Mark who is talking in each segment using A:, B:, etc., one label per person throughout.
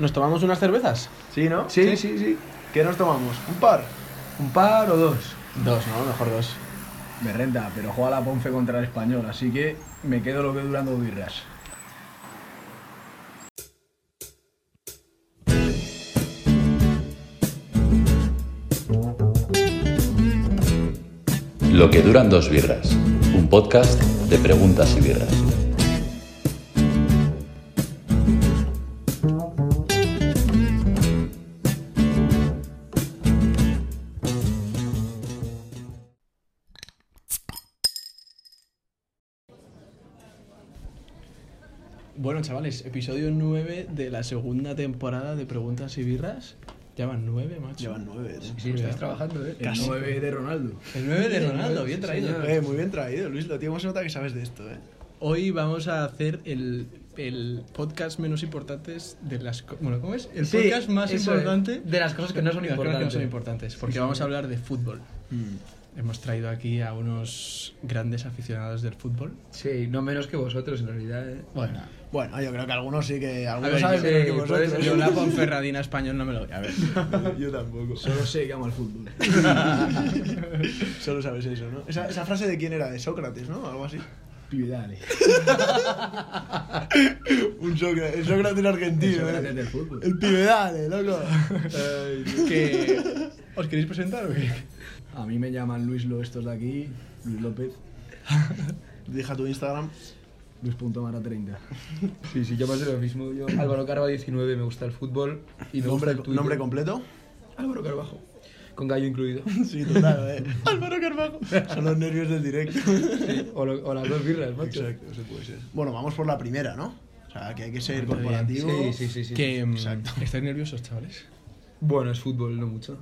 A: ¿Nos tomamos unas cervezas?
B: ¿Sí, no?
C: Sí, sí, sí.
B: ¿Qué nos tomamos? ¿Un par?
C: ¿Un par o dos?
A: Dos, ¿no? Mejor dos.
C: Me renta, pero juega la Ponfe contra el español, así que me quedo lo que duran dos birras.
D: Lo que duran dos birras, un podcast de preguntas y birras.
A: Bueno, chavales, episodio 9 de la segunda temporada de Preguntas y Birras. Llevan 9, macho.
B: Llevan nueve. ¿no?
C: Sí, estás trabajando, ¿eh? El
B: Casi.
C: 9 de Ronaldo.
A: El 9 de Ronaldo, bien traído.
B: Eh, muy bien traído, Luis. Lo tío, se nota que sabes de esto, ¿eh?
A: Hoy vamos a hacer el, el podcast menos importante de las... co- Bueno, ¿cómo es? El
C: Sí,
A: podcast más
C: eso
A: importante...
C: es. De las cosas que no son
A: de las cosas que no
C: importantes.
A: son importantes, porque vamos a hablar de fútbol.
B: Mm.
A: Hemos traído aquí a unos grandes aficionados del fútbol.
E: Sí, no menos que vosotros en realidad. ¿eh?
A: Bueno,
B: Bueno, yo creo que algunos sí que.
A: a
B: Algunos
A: ver,
B: saben
A: yo-
B: menos que
E: sí, puede
B: vosotros.
A: yo la Ponferradina español no me lo voy a ver.
B: Yo tampoco.
C: Solo sé que amo el fútbol.
B: Solo sabes eso, ¿no? Esa, esa frase de quién era, de Sócrates, ¿no? Algo así.
C: Pividale.
B: Un Sócrates, el Sócrates argentino,
C: Sócrates
B: ¿eh?
C: del fútbol.
B: El pibe, dale, loco.
A: que... ¿Os queréis presentar o qué?
C: A mí me llaman Luis Lo estos de aquí, Luis López,
B: Deja tu Instagram.
C: Luis.mara30.
E: Sí, sí, yo más de lo mismo. Yo, Álvaro Carva 19, me gusta el fútbol. Y nombre, el tuyo.
B: ¿Nombre completo?
E: Álvaro Carvajo. Con gallo incluido.
B: Sí, total, ¿eh? Álvaro Carvajo. Son los nervios del directo.
E: Sí, o, lo- o las dos birras, macho.
B: Exacto, eso puede ser. Bueno, vamos por la primera, ¿no? O sea, que hay que ser corporativo.
E: Sí, sí, sí, sí.
A: Que, mm,
B: Exacto.
A: ¿Estáis nerviosos, chavales?
E: Bueno, es fútbol, no mucho.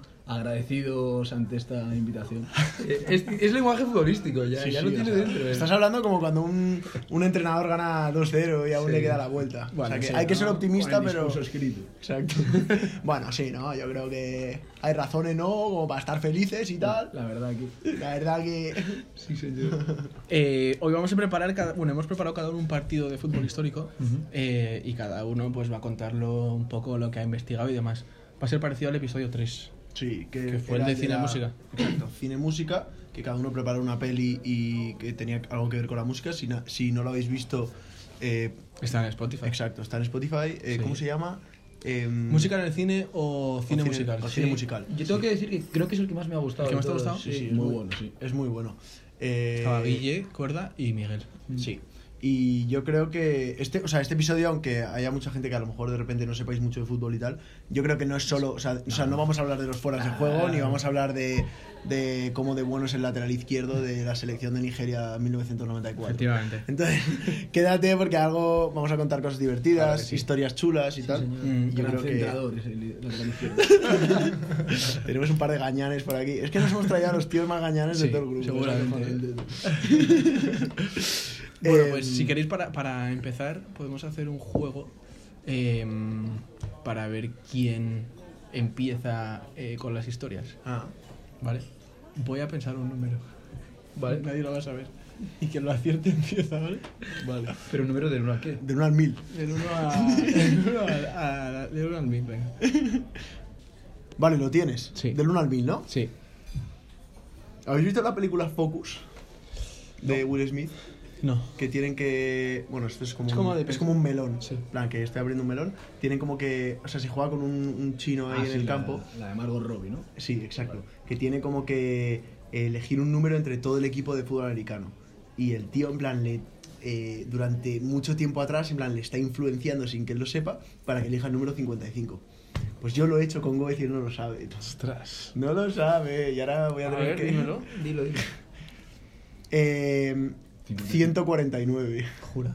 C: Agradecidos ante esta invitación.
E: Eh, Es, es lenguaje futbolístico, ya,
B: Sí,
E: ya
B: sí,
E: lo
B: o
E: tiene
B: sea,
E: dentro. ¿eh?
B: Estás hablando como cuando un, un entrenador gana 2-0 y aún
E: Sí.
B: le queda la vuelta. o
A: Bueno,
B: sea, que
A: sí,
B: hay que ser
C: ¿no?
B: optimista,
C: Con el
B: pero...
C: discurso escrito.
B: Exacto. bueno, sí, ¿no? Yo creo que hay razones, ¿no? Como para estar felices y tal.
C: La verdad que.
B: La verdad que...
E: Sí, señor.
A: Eh, hoy vamos a preparar, cada, bueno, hemos preparado cada uno un partido de fútbol histórico eh, y cada uno pues va a contarlo un poco lo que ha investigado y demás. Va a ser parecido al episodio 3.
B: Sí, que,
A: Que fue
B: era
A: el de cine música.
B: Exacto, cine música, que cada uno preparó una peli y que tenía algo que ver con la música. Si, na- si no lo habéis visto, eh,
A: Está en Spotify.
B: exacto, está en Spotify. Eh,
A: Sí.
B: ¿Cómo se llama? Em,
A: ¿Música en el cine o cine,
B: cine-
A: musical?
B: o cine musical.
E: Yo tengo que decir que creo que es el que más me ha gustado.
A: ¿El que más
E: de
A: te ha
E: todos,
A: gustado?
B: Sí, sí,
C: Sí,
B: es
C: muy bueno, sí.
B: Es muy bueno. Eh,
A: Estaba Guille, Cuerda y Miguel.
B: Sí. Y yo creo que este, o sea, este episodio, aunque haya mucha gente que a lo mejor de repente no sepáis mucho de fútbol y tal, yo creo que no es solo, o sea, o sea, no vamos a hablar de los fueras de juego,
A: Ah.
B: ni vamos a hablar de, de cómo de bueno es el lateral izquierdo de la selección de Nigeria 1994.
A: Efectivamente.
B: Entonces, quédate porque algo vamos a contar cosas divertidas,
A: Claro que sí.
B: historias chulas y tal.
C: señor.
A: Mm,
B: yo
C: Gran
B: creo que
C: centrador es el lateral izquierdo.
B: tenemos un par de gañanes por aquí. Es que nos hemos traído a los tíos más gañanes de
A: Sí,
B: todo el grupo.
A: seguramente. Bueno,
B: Eh,
A: pues si queréis para, para empezar, podemos hacer un juego em, para ver quién empieza eh, con las historias.
B: Ah,
A: Vale. Voy a pensar un número.
E: Vale.
A: Nadie lo va a saber. Y que lo acierte empieza, ¿vale? Vale.
E: Pero un número del 1 al qué?
B: de 1 al 1000.
A: Del 1 a. Del 1 a- a- del uno al 1000, venga.
B: Vale, lo tienes.
A: Sí.
B: Del 1 al 1000, ¿no?
A: Sí.
B: ¿Habéis visto la película Focus? De Will Smith.
A: No.
B: Que tienen que. Bueno, esto es como,
A: Es como
B: un,
A: de
B: es como un melón.
A: Sí.
B: En plan, que estoy abriendo un melón. Tienen como que. O sea, se juega con un, un chino ahí
C: Ah,
B: en
C: sí,
B: el
C: la-
B: campo.
C: La de Margot Robbie, ¿no?
B: Sí, exacto. Que tiene como que eh, elegir un número entre todo el equipo de fútbol americano. Y el tío, en plan, le. eh, durante mucho tiempo atrás, en plan, le está influenciando sin que él lo sepa para que elija el número 55. Pues yo lo he hecho con Gómez y él no lo sabe.
A: Ostras.
B: No lo sabe. Y ahora voy a,
A: A
B: tener
A: ver,
B: que.
A: dímelo.
E: Dilo, dilo.
B: Eh, 149.
A: Jura.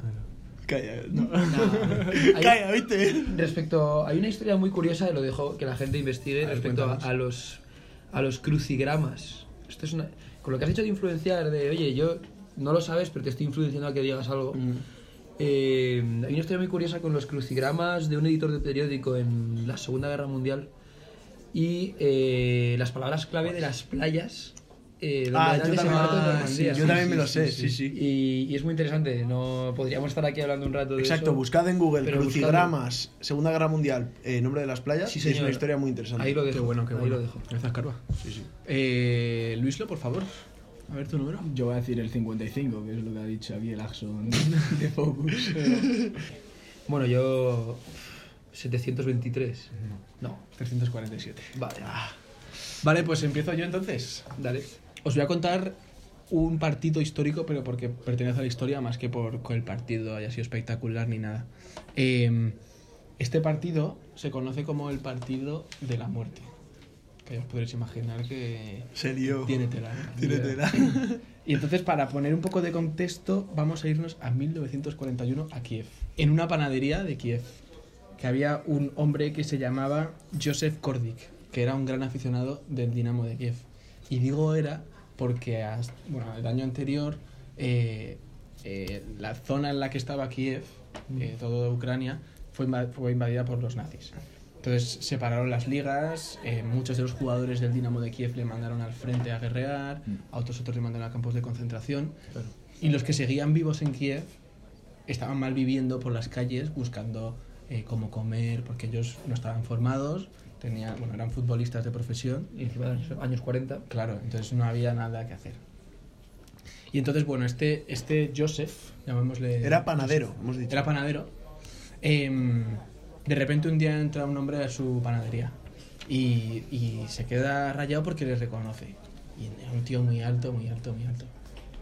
B: Calla, no.
E: Nah, hay-
B: Calla, ¿viste?
E: Respecto, hay una historia muy curiosa, lo dejo que la gente investigue
A: A ver,
E: respecto a,
A: cuéntanos.
E: a los a los crucigramas. Esto es una, con lo que has dicho de influenciar, de oye, yo no lo sabes, pero te estoy influenciando a que digas algo.
B: Mm.
E: Eh, hay una historia muy curiosa con los crucigramas de un editor de periódico en la Segunda Guerra Mundial y eh, las palabras clave de las playas eh, donde
B: Ah,
E: antes
B: yo
E: se
B: también,
E: llamaba Alto de
B: ah, sí,
E: Normandía.
B: yo también me lo sé, sí, sí.
E: Y, y es muy interesante. No podríamos estar aquí hablando un rato de
B: Exacto,
E: eso.
B: buscad en Google
E: Pero
B: crucigramas, Segunda Guerra Mundial, eh, nombre de las playas.
E: Sí,
B: y es
E: señor.
B: una historia muy interesante.
E: Ahí lo dejo.
A: Qué bueno, qué
E: ahí
A: bueno.
E: lo dejo.
A: Gracias, Carva.
B: Sí, sí.
A: Eh, Luislo, por favor. A ver tu número.
C: Yo voy a decir el 55, que es lo que ha dicho aquí el Axon de Focus.
E: Bueno, yo. 723. No.
A: 347.
E: Vale. ah.
A: Vale, pues empiezo yo entonces.
E: Dale.
A: Os voy a contar un partido histórico, pero porque pertenece a la historia más que porque el partido haya sido espectacular ni nada. Eh, este partido se conoce como el partido de la muerte. Que ya os podréis imaginar que
B: Serio.
A: tiene tela. ¿no?
B: Tiene tela.
A: Y entonces, para poner un poco de contexto, vamos a irnos a 1941 a Kiev, en una panadería de Kiev, que había un hombre que se llamaba Joseph Kordik, que era un gran aficionado del Dinamo de Kiev. Y digo era porque has- bueno, el año anterior eh, eh, la zona en la que estaba Kiev,
B: Mm.
A: eh, toda Ucrania, fue, inva- fue invadida por los nazis. Entonces separaron las ligas, eh, muchos de los jugadores del Dinamo de Kiev le mandaron al frente a guerrear,
E: Mm.
A: a otros otros le mandaron a campos de concentración, y los que seguían vivos en Kiev estaban mal viviendo por las calles buscando eh, cómo comer, porque ellos no estaban formados, tenían, bueno, eran futbolistas de profesión,
E: Y encima de los años 40.
A: Claro, entonces no había nada que hacer. Y entonces, bueno, este, este Joseph, llamémosle.
B: Era panadero, hemos dicho.
A: Era panadero. em, de repente un día entra un hombre a su panadería y, y se queda rayado porque le reconoce. Y era un tío muy alto, muy alto, muy alto.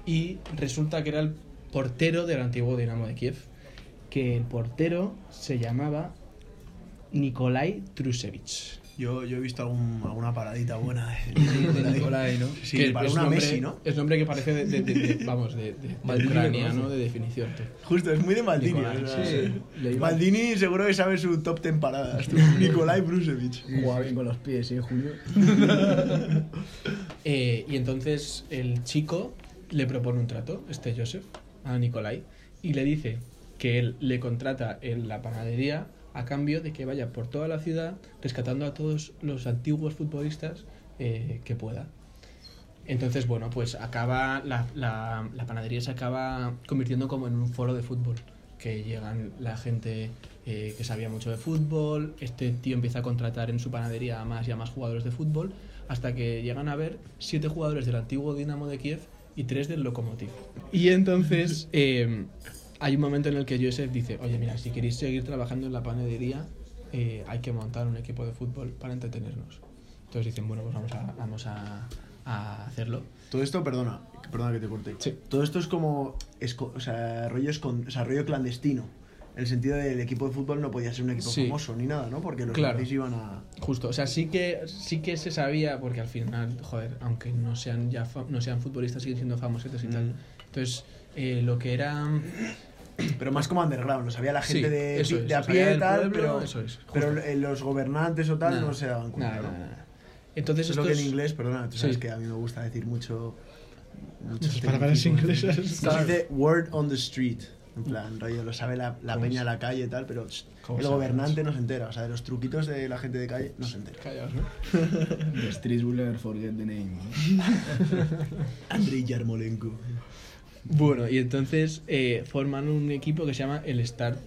A: Y resulta que era el portero del antiguo Dinamo de Kiev. Que el portero se llamaba Nikolai Trusevich.
B: Yo, yo he visto algún- alguna paradita buena eh. de,
E: De Nicolai, ¿no?
B: Sí,
A: Que
B: para
A: es
B: una
A: nombre-
B: Messi, ¿no?
A: Es nombre que parece de, de- de- de- vamos, de, de, de
E: Maldini
A: Ucrania,
E: lo conoce.
A: ¿no? De definición. tú.
B: Justo, es muy de Maldini.
A: Nicolai,
B: o sea,
E: sí.
C: Le iba,
B: Maldini seguro que sabe su top 10 paradas. tú. Nikolai Brusevich.
C: jugaba bien con los pies, ¿eh, Julio?
A: Eh, y entonces el chico le propone un trato, este Joseph, a Nikolai, y le dice que él le contrata en la panadería a cambio de que vaya por toda la ciudad rescatando a todos los antiguos futbolistas eh, que pueda. Entonces, bueno, pues acaba la, la- la panadería se acaba convirtiendo como en un foro de fútbol, que llegan la gente eh, que sabía mucho de fútbol, este tío empieza a contratar en su panadería a más y a más jugadores de fútbol, hasta que llegan a ver siete jugadores del antiguo Dinamo de Kiev y tres del Lokomotiv. Y entonces eh, hay un momento en el que Joseph dice, oye, mira, si queréis seguir trabajando en la panadería, eh, hay que montar un equipo de fútbol para entretenernos. Entonces dicen, bueno, pues vamos a, vamos a, a hacerlo.
B: Todo esto, perdona, perdona que te corte.
A: Sí.
B: Todo esto es como esco- o sea, rollo, escon- o sea, rollo clandestino. En el sentido del equipo de fútbol no podía ser un equipo
A: Sí.
B: famoso ni nada, ¿no? Porque los
A: Claro.
B: nazis iban a.
A: Justo, o sea, sí que, sí que se sabía, porque al final, joder, aunque no sean ya fa- no sean futbolistas, siguen siendo famosos y tal.
B: Mm.
A: Entonces, eh, lo que era...
B: Pero más como underground, lo sabía la gente
A: Sí,
B: de,
A: eso
B: de
A: es,
B: a
A: lo sabía
B: pie y
A: del
B: tal,
A: pueblo,
B: pero,
A: eso es, justo.
B: pero eh, los gobernantes o tal
A: nada,
B: no se daban cuenta.
A: nada,
B: ¿no?
A: nada, nada. Entonces,
B: Eso es lo que
A: estos-
B: en inglés, perdona, tú sabes
A: Sí.
B: que a mí me gusta decir mucho. Muchos
A: Muchas palabras
B: tecnicismos.
A: inglesas.
B: Se dice word on the street. En plan, rollo, lo sabe la, la
A: ¿Cómo se-
B: peña de la calle y tal, pero tss,
A: ¿Cómo
B: el
A: sabes?
B: gobernante no se entera. O sea, de los truquitos de la gente de calle no se entera.
A: Callaos, ¿no?
C: The streets will never forget the name.
B: Andrei Yarmolenko.
A: Bueno, y entonces eh, forman un equipo que se llama el Start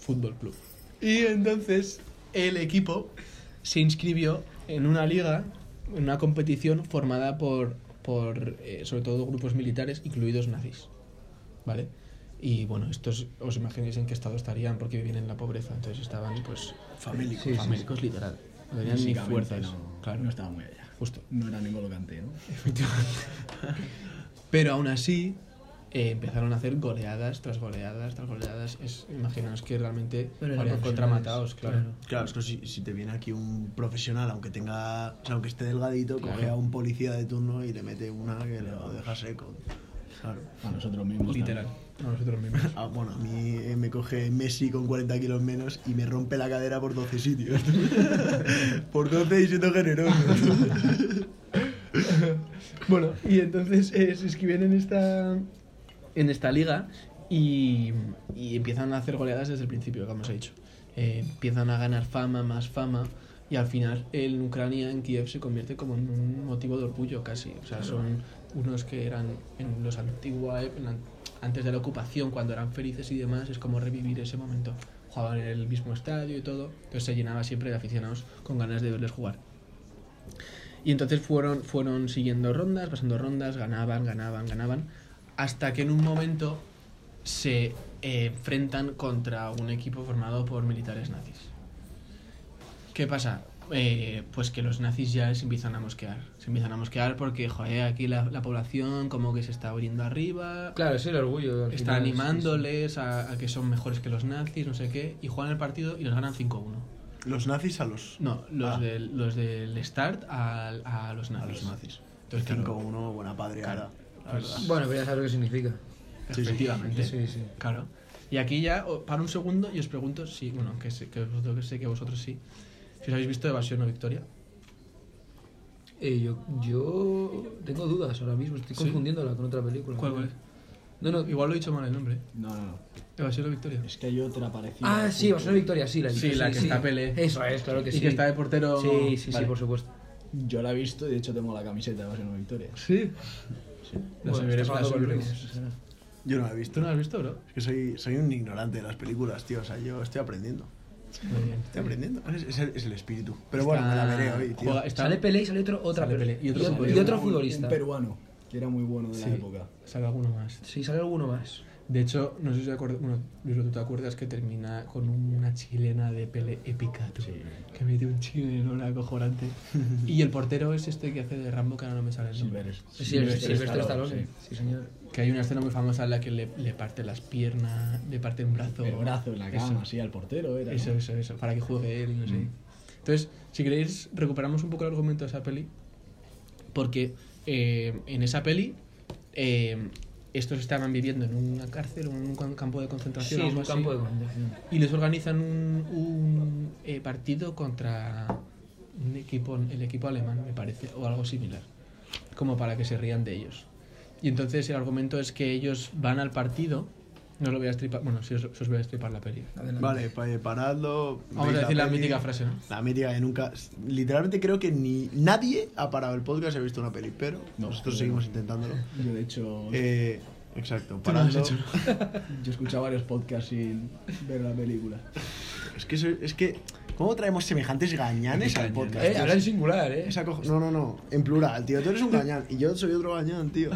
A: Football Club. Y entonces el equipo se inscribió en una liga, en una competición formada por, por eh, sobre todo grupos militares, incluidos nazis. ¿Vale? Y bueno, estos os imagináis en qué estado estarían porque vivían en la pobreza. Entonces estaban, pues, famélicos,
C: Sí, sí, sí.
A: famélicos literal. No tenían ni
C: Físicamente
A: fuerzas.
C: No,
A: claro,
C: no estaba muy allá.
A: justo.
C: No era ningún locante, ¿no?
A: Pero aún así eh, empezaron a hacer goleadas tras goleadas tras goleadas. Es, imaginaos que realmente
E: Pero eran
A: jugaban contra
E: profesionales,
A: matados, claro.
B: Claro, es que si, si te viene aquí un profesional, aunque tenga, o sea, aunque esté delgadito,
A: Claro.
B: coge a un policía de turno y le mete una que lo deja seco. Claro.
C: A nosotros mismos.
A: Literal.
C: también.
A: A nosotros mismos.
B: Ah, bueno, a mí eh, me coge Messi con 40 kilos menos y me rompe la cadera por 12 sitios. por 12 y siendo generoso.
A: bueno, y entonces eh, se inscriben en esta, en esta liga y, y empiezan a hacer goleadas desde el principio, como os he dicho. Eh, empiezan a ganar fama, más fama, y al final en Ucrania, en Kiev, se convierte como en un motivo de orgullo casi. O sea, son unos que eran en los antigua, en la- antes de la ocupación, cuando eran felices y demás, es como revivir ese momento. Jugaban en el mismo estadio y todo, entonces se llenaba siempre de aficionados con ganas de verles jugar. Y entonces fueron, fueron siguiendo rondas, pasando rondas, ganaban, ganaban, ganaban, hasta que en un momento se eh, enfrentan contra un equipo formado por militares nazis. ¿Qué pasa? Eh, pues que los nazis ya se empiezan a mosquear. Se empiezan a mosquear porque, joder, aquí la, la población como que se está abriendo arriba.
E: Claro, es el orgullo. al
A: Están
E: final, sí, sí.
A: animándoles a, a que son mejores que los nazis, no sé qué. Y juegan el partido y los ganan 5-1.
B: Los nazis a los,
A: No, los,
B: Ah.
A: del, los del start a, a los
B: a
A: nazis.
B: los nazis.
A: Entonces, claro,
B: 5-1, buena padreada. la
A: Pues,
B: verdad.
E: Bueno, pero ya sabes lo que significa.
B: Sí, sí.
A: efectivamente.
E: Sí, sí.
A: Claro. Y aquí ya, o- para un segundo, y os pregunto si, bueno, que sé que vosotros, que sé que vosotros sí, si os habéis visto Evasión o Victoria.
E: Eh, yo, yo tengo dudas ahora mismo, estoy
A: ¿Sí?
E: confundiéndola con otra película.
A: ¿Cuál es?
E: No, no,
A: Igual lo he dicho mal el nombre. ¿eh?
C: No, no, no.
A: Evasión o Victoria.
C: Es que hay otra parecida.
E: Ah, sí, va a ser Victoria, sí, la he
A: Sí,
E: visto,
A: la que está Pelé.
E: Eso es, claro que
A: y
E: sí.
A: que está de portero.
E: Sí, sí,
A: Vale.
E: sí, por supuesto.
C: Yo la he visto y de hecho tengo la camiseta de Barcelona Victoria.
A: Sí. Las
E: Bueno,
A: Everest
E: está hablando
A: las
E: con
A: Everest.
E: Luis, o sea.
B: Yo no la he
A: ¿Tú
B: visto.
A: no lo has visto, bro?
B: Es que soy, soy un ignorante de las películas, tío. O sea, yo estoy aprendiendo.
A: Muy bien.
B: Estoy aprendiendo. Es, es el, es el espíritu. Pero bueno, me la veré hoy, tío.
A: Juega- está-
E: Sale Pelé y sale otro, otra
A: Sale
E: per-
A: Pelé y otro
E: y,
A: futbolista.
E: otro
C: Un-
E: futbolista.
C: Un peruano, que era muy bueno de
A: Sí.
C: la época.
A: Sale alguno más.
E: Sí, sale alguno más.
A: De hecho, no sé si te acuerdas, bueno, Luis, tú te acuerdas que termina con una chilena de pele épica, tú, que mete un chileno, una acojonante. y el portero es este que hace de Rambo, que ahora no me sale el nombre.
C: Silveres.
E: Sí, el
A: Sylvester
E: Silvestre
C: Stallone,
E: Stallone. Sí, señor.
A: Que hay una escena muy famosa en la que le, le parte las piernas, le parte un brazo.
C: El brazo en la
A: Eso.
C: cama, sí, al portero era.
A: Eso,
C: ¿no?
A: eso, eso, para que juegue él y no sé.
E: Mm.
A: Entonces, si queréis, recuperamos un poco el argumento de esa peli, porque eh, en esa peli eh, estos estaban viviendo en una cárcel, en un cam- campo de
E: Sí,
A: concentración.
E: es
A: algo
E: un
A: así,
E: campo de concentración.
A: Y les organizan un, un, eh, partido contra un equipo, el equipo alemán, me parece, o algo similar, como para que se rían de ellos. Y entonces el argumento es que ellos van al partido, no lo voy a estripar, bueno, sí os, sí os voy a estripar la peli.
E: Adelante.
B: Vale, pa- eh, paradlo.
A: Vamos
B: veis
A: a decir la
B: peli.
A: mítica frase, ¿no?
B: La mítica que nunca. Literalmente creo que ni nadie ha parado el podcast y ha visto una peli, pero
C: No,
B: nosotros
C: no.
B: seguimos intentándolo.
C: Yo de hecho,
B: Eh, exacto,
A: Tú no has
B: paradlo.
A: hecho
C: yo escuchaba varios podcasts sin ver la película.
B: Es que, soy- es que. ¿Cómo traemos semejantes gañanes al podcast?
E: Eh,
B: tío?
E: habla en singular, eh.
B: Es acojo- No, no, no. En plural, tío. Tú eres un gañán y yo soy otro gañán, tío.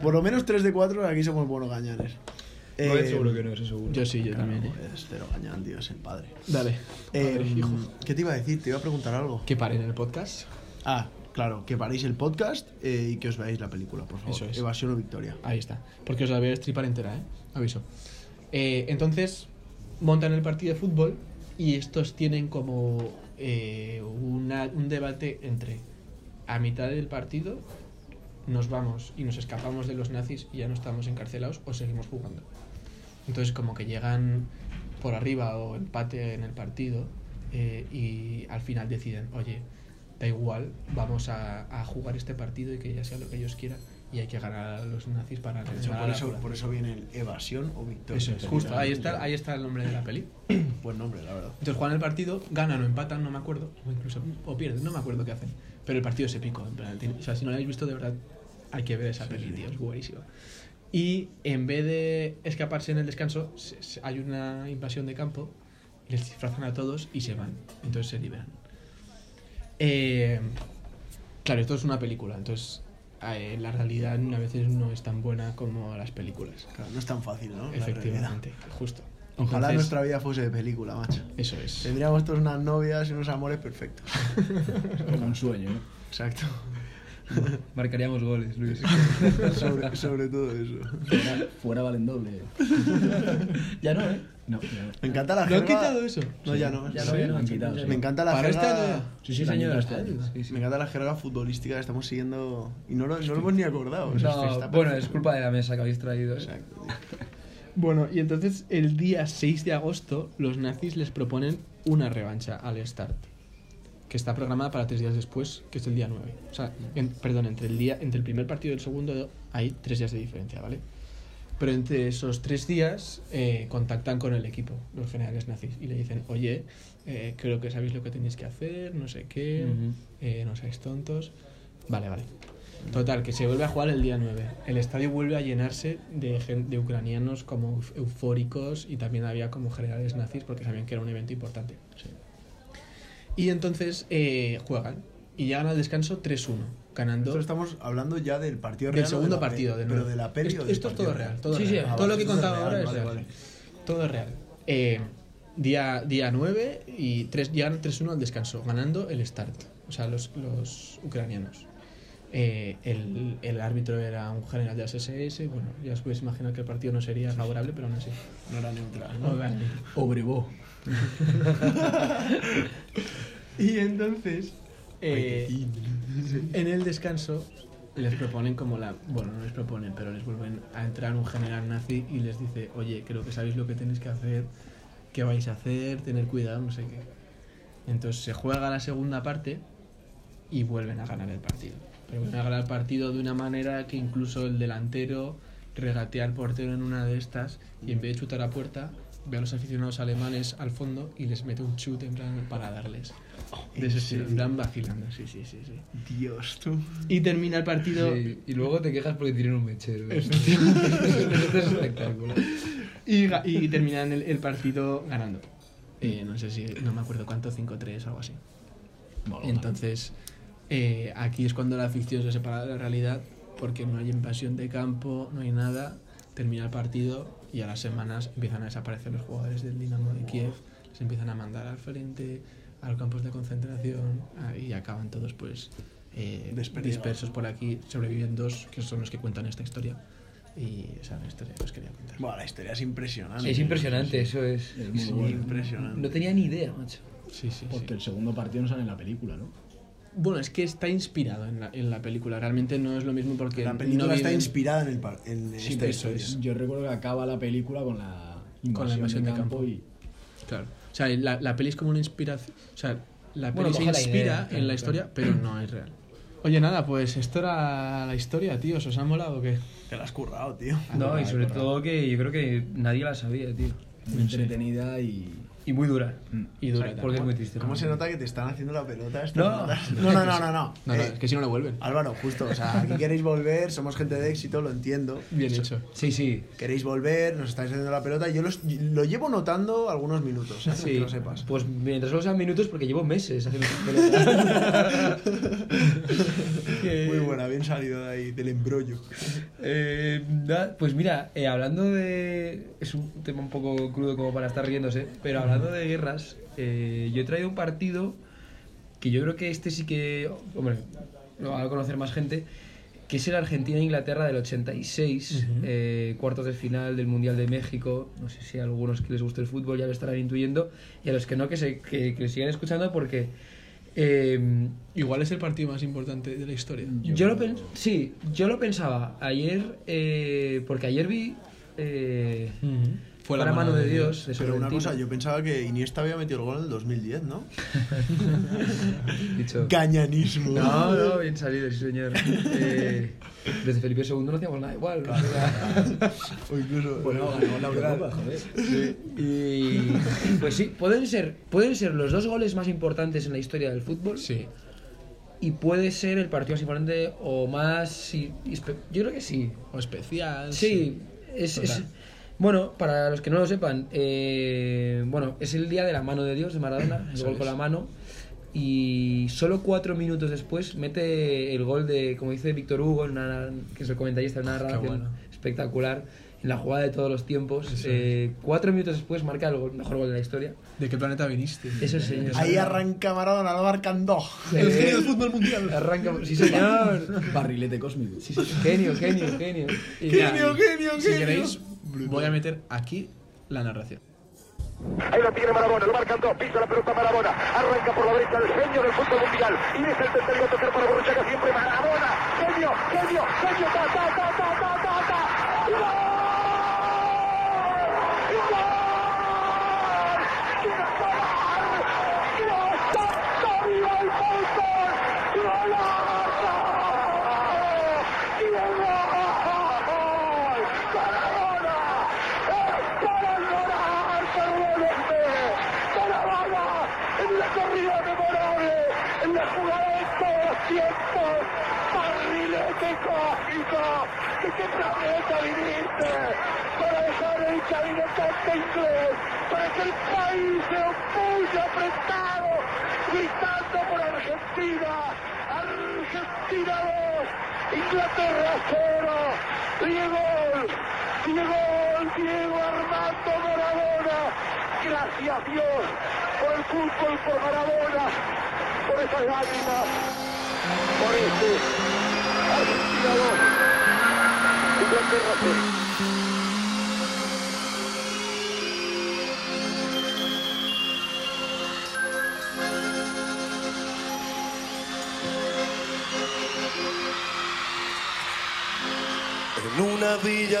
B: Por lo menos 3 de 4 aquí somos buenos gañanes. Eh.
C: No, es seguro que no, eso seguro.
A: Yo sí, yo también. ¿eh?
B: Es cero gañán, tío. Es el padre.
A: Dale. Em,
B: Eh,
A: Padre, hijo.
B: ¿Qué te iba a decir? Te iba a preguntar algo.
A: Que paren el podcast.
B: Ah, claro. Que paréis el podcast eh, y que os veáis la película, por favor.
A: Eso es.
B: Evasión o Victoria.
A: Ahí está. Porque os la voy a estripar entera, ¿eh? Aviso. Eh, entonces, montan el partido de fútbol y estos tienen como eh, una- un debate entre a mitad del partido nos vamos y nos escapamos de los nazis y ya no estamos encarcelados o seguimos jugando. Entonces como que llegan por arriba o empate en el partido eh, y al final deciden, oye, da igual, vamos a, a jugar este partido y que ya sea lo que ellos quieran y hay que ganar a los nazis para
B: De hecho,
A: ganar a
B: por
A: la
B: eso,
A: pura".
B: por eso viene el Evasión o Victoria.
A: Eso es, justo, ahí está, ahí está el nombre de la peli.
B: Buen nombre, la verdad.
A: Entonces juegan el partido, ganan o empatan, no me acuerdo, o incluso o pierden, no me acuerdo qué hacen. Pero el partido se picó, en plan, tiene- o sea, si no lo habéis visto, de verdad, hay que ver esa peli, tío, es buenísima. Y en vez de escaparse en el descanso, se- se- hay una invasión de campo, les disfrazan a todos y se van, entonces se liberan. Eh, claro, esto es una película, entonces eh, la realidad a veces no es tan buena como las películas.
B: Claro, no es tan fácil, ¿no? La realidad.
A: Efectivamente, justo.
B: Ojalá
A: Entonces,
B: nuestra vida fuese de película, macho.
A: Eso es.
B: Tendríamos todos unas novias y unos amores perfectos.
C: Como un sueño, ¿eh?
B: Exacto.
E: Marcaríamos goles, Luis.
B: sobre, sobre todo eso.
C: Fuera, fuera valen doble.
E: ya no, eh.
C: No, ya no.
B: Me encanta la
A: ¿Lo han
B: jerga-
A: quitado eso?
B: No, ya no.
E: Ya
C: Sí,
E: no, ya no.
C: han quitado,
E: ya
C: sí.
E: no.
B: Me encanta la
A: Para este
B: jerga.
A: esta no.
C: este Sí, sí,
E: Sí,
C: la han
E: señor.
C: quitado este año.
E: Sí, sí.
B: Me encanta la jerga futbolística que estamos siguiendo y no lo, no lo hemos ni acordado. o sea, es que
E: No,
B: está
E: bueno,
B: perfecto.
E: es culpa de la mesa que habéis traído. eh.
B: Exacto, tío.
A: Bueno, y entonces el día 6 de agosto los nazis les proponen una revancha al Start, que está programada para tres días después, que es el día 9. O sea, en- perdón, entre el, día, entre el primer partido y el segundo hay tres días de diferencia, ¿vale? Pero entre esos tres días eh, contactan con el equipo, los generales nazis, y le dicen, oye, eh, creo que sabéis lo que tenéis que hacer, no sé qué,
E: Ujú.
A: eh, no seáis tontos. Vale, vale. Total, que se vuelve a jugar el día 9. El estadio vuelve a llenarse de, gen- de ucranianos como euf- eufóricos y también había como generales nazis porque sabían que era un evento importante. Y entonces eh, juegan y llegan al descanso 3-1, ganando
B: Nosotros estamos hablando ya del partido
A: Del
B: real. o
A: segundo
B: de la
A: partido,
B: pe-
A: de
B: Pero
A: nuevo.
B: de la peli
A: Esto-
B: o del
A: esto es todo
B: partido
A: real, todo
E: Sí,
A: real.
E: sí,
A: Ah,
E: todo
A: vale,
E: lo que
B: esto
E: he contado
B: real,
E: ahora es
B: vale,
E: real.
B: vale.
A: todo es real. Eh, día, día 9 y tres, llegan 3-1 al descanso, ganando el start, o sea, los, los ucranianos. Eh, el, el árbitro era un general de las SS, bueno, ya os podéis imaginar que el partido no sería favorable, pero aún así.
B: No era neutral, ¿no?
A: No, vale.
C: Obrevó.
A: Y entonces, eh, en el descanso, les proponen como la. Bueno, no les proponen, pero les vuelven a entrar un general nazi y les dice: Oye, creo que sabéis lo que tenéis que hacer, qué vais a hacer, tener cuidado, no sé qué. Entonces se juega la segunda parte y vuelven a ganar el partido. Pero vuelven a ganar el partido de una manera que incluso el delantero regatea al portero en una de estas y en vez de chutar a puerta, ve a los aficionados alemanes al fondo y les mete un chute en plan para darles. De ese estilo, en plan vacilando, sí, sí, sí, sí.
B: Dios, tú.
A: Y termina el partido
E: Sí, y luego te quejas porque tienen un mechero. Esto es espectacular.
A: y, ga- y terminan el, el partido ganando. Eh, no sé si, no me acuerdo cuánto, 5-3 o algo así. Entonces, eh, aquí es cuando la ficción se separa de la realidad, porque no hay invasión de campo, no hay nada, termina el partido y a las semanas empiezan a desaparecer los jugadores del Dinamo de Kiev, les empiezan a mandar al frente, a los campos de concentración a- y acaban todos pues eh,
B: Desperdigados.
A: dispersos por aquí, sobreviven dos, que son los que cuentan esta historia. Y esa es la historia que os quería contar.
B: Buah, la historia es impresionante.
E: Es impresionante, eso es.
C: Es muy
B: Sí,
C: bueno.
B: impresionante.
E: No tenía ni idea, macho.
A: Sí, sí, sí.
C: Porque el segundo partido no sale en la película, ¿no?
A: Bueno, es que está inspirado en la, en la película, realmente no es lo mismo porque
B: La película
A: no
B: está
A: viven-
B: inspirada en, el par- en
A: Sí,
B: esta
A: eso
B: historia.
A: es.
C: Yo recuerdo que acaba la película con la invasión,
A: Con la invasión
C: de,
A: de
C: campo,
A: campo.
C: y
A: Claro. O sea, la, la peli es como una inspiración. O sea, la peli
E: Bueno,
A: se
E: coge la
A: inspira
E: idea, claro,
A: en la historia, pero no es real. Oye, nada, pues esto era la historia, tíos. ¿Os ha molado o qué?
B: Te la has currado, tío.
E: No, y sobre todo que yo creo que nadie la sabía, tío.
C: muy entretenida y
E: Y muy dura.
A: Y dura.
E: ¿Sabes?
A: también.
E: Porque es muy triste.
B: Mm. ¿Cómo se nota que te están haciendo la pelota? estas
E: No.
B: notas? no, no, no, no.
A: No, no,
B: Eh,
A: es que si no lo vuelven.
B: Álvaro, justo, o sea, aquí queréis volver, somos gente de éxito, lo entiendo.
A: Bien hecho.
E: Sí, sí.
B: Queréis volver, nos estáis haciendo la pelota. Yo los- lo llevo notando algunos minutos, ¿eh? que lo sepas.
E: Pues mientras solo sean minutos, porque llevo meses haciendo esas pelotas. Que-
B: Muy buena, bien salido de ahí, del embrollo.
E: Eh, nada, pues mira, eh, hablando de. Es un tema un poco crudo como para estar riéndose, pero hablando de guerras, eh, yo he traído un partido que yo creo que este sí que. Hombre, lo va a conocer más gente, que es el Argentina-Inglaterra del 86, eh, cuartos de final del Mundial de México. No sé si a algunos que les gusta el fútbol ya lo estarán intuyendo, y a los que no, que, se, que, que sigan escuchando porque. eh,
A: Igual es el partido más importante de la historia.
B: Mm.
E: yo, lo pen- sí, yo lo pensaba ayer, eh, porque ayer vi eh,
A: Fue la, mano, de Dios.
E: de
B: Pero una
E: Sorrentino.
B: cosa, yo pensaba que Iniesta había metido el gol en el 2010, ¿no?
E: Dicho-
B: Cañanismo.
E: No, no, bien salido, sí señor. Eh, desde Felipe II no hacíamos nada igual. o sea.
B: O incluso.
C: bueno, eh, ganó la Eurocopa, joder.
E: Y, pues sí, pueden ser, pueden ser los dos goles más importantes en la historia del fútbol.
A: Sí.
E: Y puede ser el partido más importante o más. sí, espe- yo creo que sí.
A: O especial.
E: Sí, es, es-
A: Total.
E: bueno, para los que no lo sepan, eh, bueno, es el día de la mano de Dios de Maradona, el
A: Eso
E: gol con
A: es.
E: la mano. Y solo cuatro minutos después mete el gol de, como dice Víctor Hugo, en una- que es el comentarista en una narración
A: bueno.
E: espectacular, en la jugada de todos los tiempos. Eh, cuatro minutos después marca el gol- mejor gol de la historia.
A: ¿De qué planeta viniste?
E: Eso sí.
B: Ahí arranca Maradona, lo marcan dos.
E: El genio del fútbol mundial. Eh, Arranca, sí señor.
C: Barrilete cósmico.
E: Sí, sí, genio, genio, genio. Y-
B: Genio, genio,
A: Si
B: genio.
A: queréis, voy a meter aquí la narración.
F: Ahí lo tiene Marabona, lo marcan dos, pisa la pelota Marabona, arranca por la derecha el genio del fútbol mundial y deja el tentativo tocar para Borruchaga siempre Marabona, genio, genio, genio, ta, ta, ta, ta, ta, ta, ta. ¡Gol! ¡Gol! ¡Quiero parar! ¡Gol! ¡Soy el fútbol! ¡Golazo! ¡Gol! ¡Maradona! ¡Es para llorar, perdónenme! Maradona, en la corrida memorable, en la jugada de todos los tiempos, barrilete Kiko, Kiko, ¿de qué planeta viniste? Para dejar el caminotante inglés, para que el país se opulle apretado, gritando por Argentina, Argentina 2, Inglaterra 0, Diego, Diego, Diego Armando Maradona, gracias Dios por el fútbol, por Maradona, por esas lágrimas, por este Argentina 2, Inglaterra 0.
G: En una villa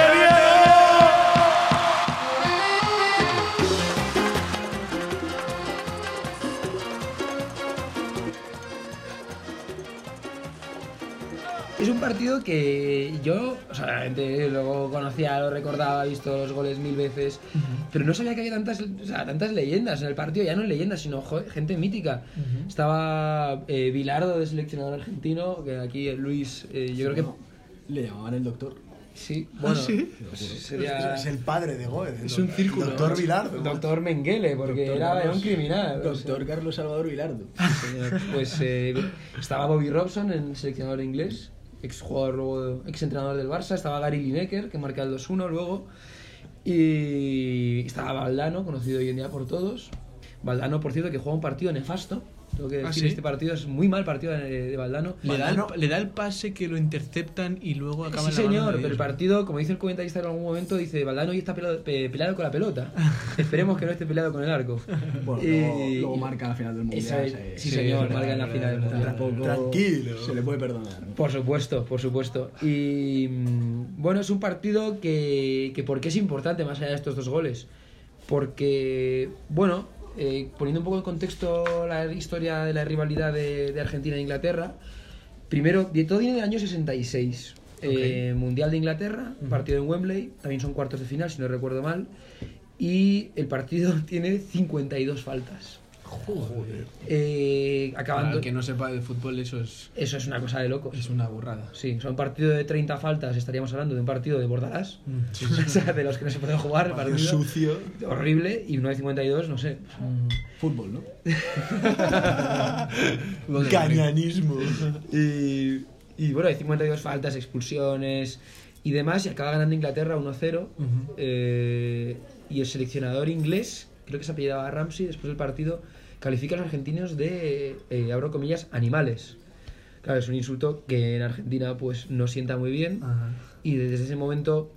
G: Diego!
E: Es un partido que yo, o sea, obviamente luego conocía, lo recordaba, he visto los goles mil veces, pero no sabía que había tantas, o sea, tantas leyendas en el partido, ya no leyendas, sino jo- gente mítica. Estaba eh, Bilardo, de seleccionador argentino, que aquí eh, Luis, eh, yo creo que
C: Le llamaban el doctor.
E: sí, bueno,
C: Ah,
E: pues sería
B: Es el padre de Goethe.
A: Es un círculo.
B: Doctor Vilardo.
E: doctor Mengele, porque
C: Doctor
E: era, era un
C: Carlos-
E: criminal. o sea.
C: Doctor Carlos Salvador Vilardo.
E: Pues eh, estaba Bobby Robson, el seleccionador inglés, ex jugador luego, ex entrenador del Barça, estaba Gary Lineker, que marca el 2-1 luego, y estaba Valdano, conocido hoy en día por todos. Valdano, por cierto, que juega un partido nefasto. Tengo que
A: ¿Ah,
E: decir,
A: sí?
E: este partido es muy mal partido de, de Valdano.
A: Le da,
B: Valdano-
A: el, le da el pase que lo interceptan y luego acaba
E: Sí,
A: en la mano
E: señor,
A: de
E: pero el
A: ellos.
E: partido, como dice el comentarista en algún momento, dice Valdano hoy está pelado, pe- peleado con la pelota. Esperemos que no esté peleado con el arco.
C: Bueno,
E: Y-
C: luego, luego marca la final del
E: Eso
C: mundial.
E: es.
C: eh,
E: Sí, señor,
A: es
E: marca en la
A: verdad,
E: final del
A: es verdad.
E: mundial.
C: Tampoco
B: Tranquilo.
C: Se le puede perdonar. ¿no?
E: Por supuesto, por supuesto. Y mm, bueno, es un partido que, que ¿por qué es importante más allá de estos dos goles? Porque, bueno, eh, poniendo un poco en contexto la historia de la rivalidad de, de Argentina e Inglaterra, primero, de- todo viene del año 66. Eh, Mundial de Inglaterra, partido en Wembley, también son cuartos de final, si no recuerdo mal. Y el partido tiene 52 faltas. Eh,
A: Para
E: acabando.
A: el que no sepa de fútbol, eso es,
E: Eso es una cosa de locos.
A: es una burrada.
E: Sí, son partido de 30 faltas, estaríamos hablando de un partido de bordadas, o sea, de los que no se pueden jugar, el partido
B: sucio.
E: horrible, y 9.52, no sé.
C: Fútbol, ¿no?
B: Cañanismo.
E: Y, y bueno, hay 52 faltas, expulsiones y demás, y acaba ganando Inglaterra 1-0, eh, y el seleccionador inglés, creo que se apellidaba Ramsey, después del partido, califica a los argentinos de, eh, abro comillas, animales. Claro, es un insulto que en Argentina pues no sienta muy bien, y desde ese momento...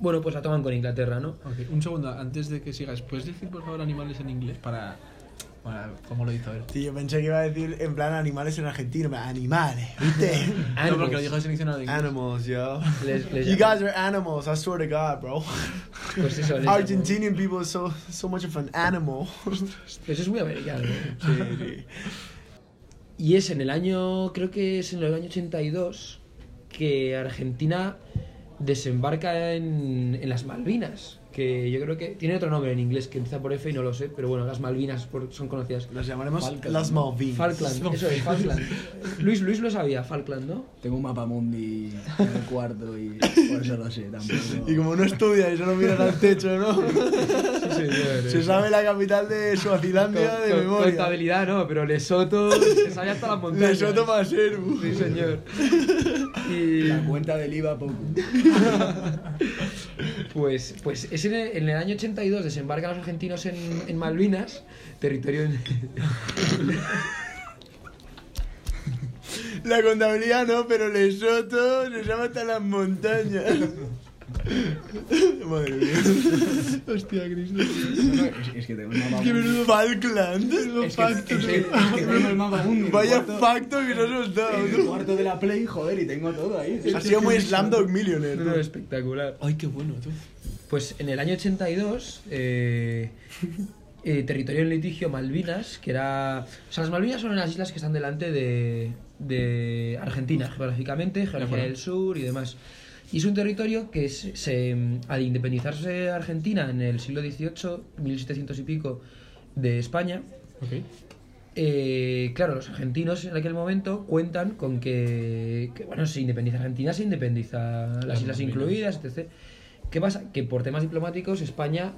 E: Bueno, pues la toman con Inglaterra, ¿no?
A: Ok, un segundo, antes de que sigas, ¿puedes decir por favor animales en inglés para. Bueno, ¿cómo lo dices? A ver.
B: Sí, yo pensé que iba a decir en plan animales en Argentina. Animales, ¿viste?
A: No, porque lo
E: Animals.
A: dijo el seleccionado de inglés.
B: Animals, yo.
E: Les- les
B: you
E: llamo.
B: guys are animals, I swear to God, bro.
E: Pues eso, les llamo.
B: Argentinian people is so, so much of an animal.
E: Eso es muy americano. ¿eh? Y es en el año, creo que es en el año 82, que Argentina desembarca en, en las Malvinas. Que yo creo que tiene otro nombre en inglés que empieza por F y no lo sé, pero bueno, las Malvinas por- son conocidas.
B: Las llamaremos las Malvinas.
E: Falkland, eso es, Falkland. Luis, Luis lo sabía, Falkland, ¿no?
C: Tengo un mapa mundi en el cuarto y por eso lo sé tampoco.
B: Y como no estudia y solo miran al techo, ¿no? Se sabe la capital de Suazilandia de
E: Con- con-
B: memoria.
E: Contabilidad, no, pero Lesoto se sabía hasta las montañas.
B: Lesoto Maseru.
E: Sí, señor. Y...
C: La cuenta del IVA poco.
E: Pues, pues es en el, en el año 82 desembarcan los argentinos en, en Malvinas, territorio... en-
B: La contabilidad no, pero Lesoto se llama hasta las montañas. Madre mía.
A: Hostia, Cris.
C: No, es, es que tengo una
B: Qué menudo Falkland.
C: Es que, es que- es que tengo el mapa mundi, el
B: Vaya
C: cuarto-
B: facto que nos hemos dado.
C: El cuarto de la Play, joder, y tengo todo ahí.
B: Ha sido muy Slamdog Millionaire.
E: No,
B: tú.
E: no, espectacular.
A: Ay, qué bueno, tú.
E: Pues en el año 82, eh, eh, territorio en litigio Malvinas, que era... O sea, las Malvinas son las islas que están delante de, de Argentina, geográficamente, geografía
A: acuerdo.
E: del sur y demás. Y es un territorio que se, se, mm, al independizarse Argentina en el siglo XVIII, 1700 y pico, de España,
A: Ok.
E: eh, claro, los argentinos en aquel momento cuentan con que, que, bueno, se independiza Argentina, se independiza las
A: Las
E: islas
A: Malvinas.
E: incluidas, etc. ¿Qué pasa? Que por temas diplomáticos España,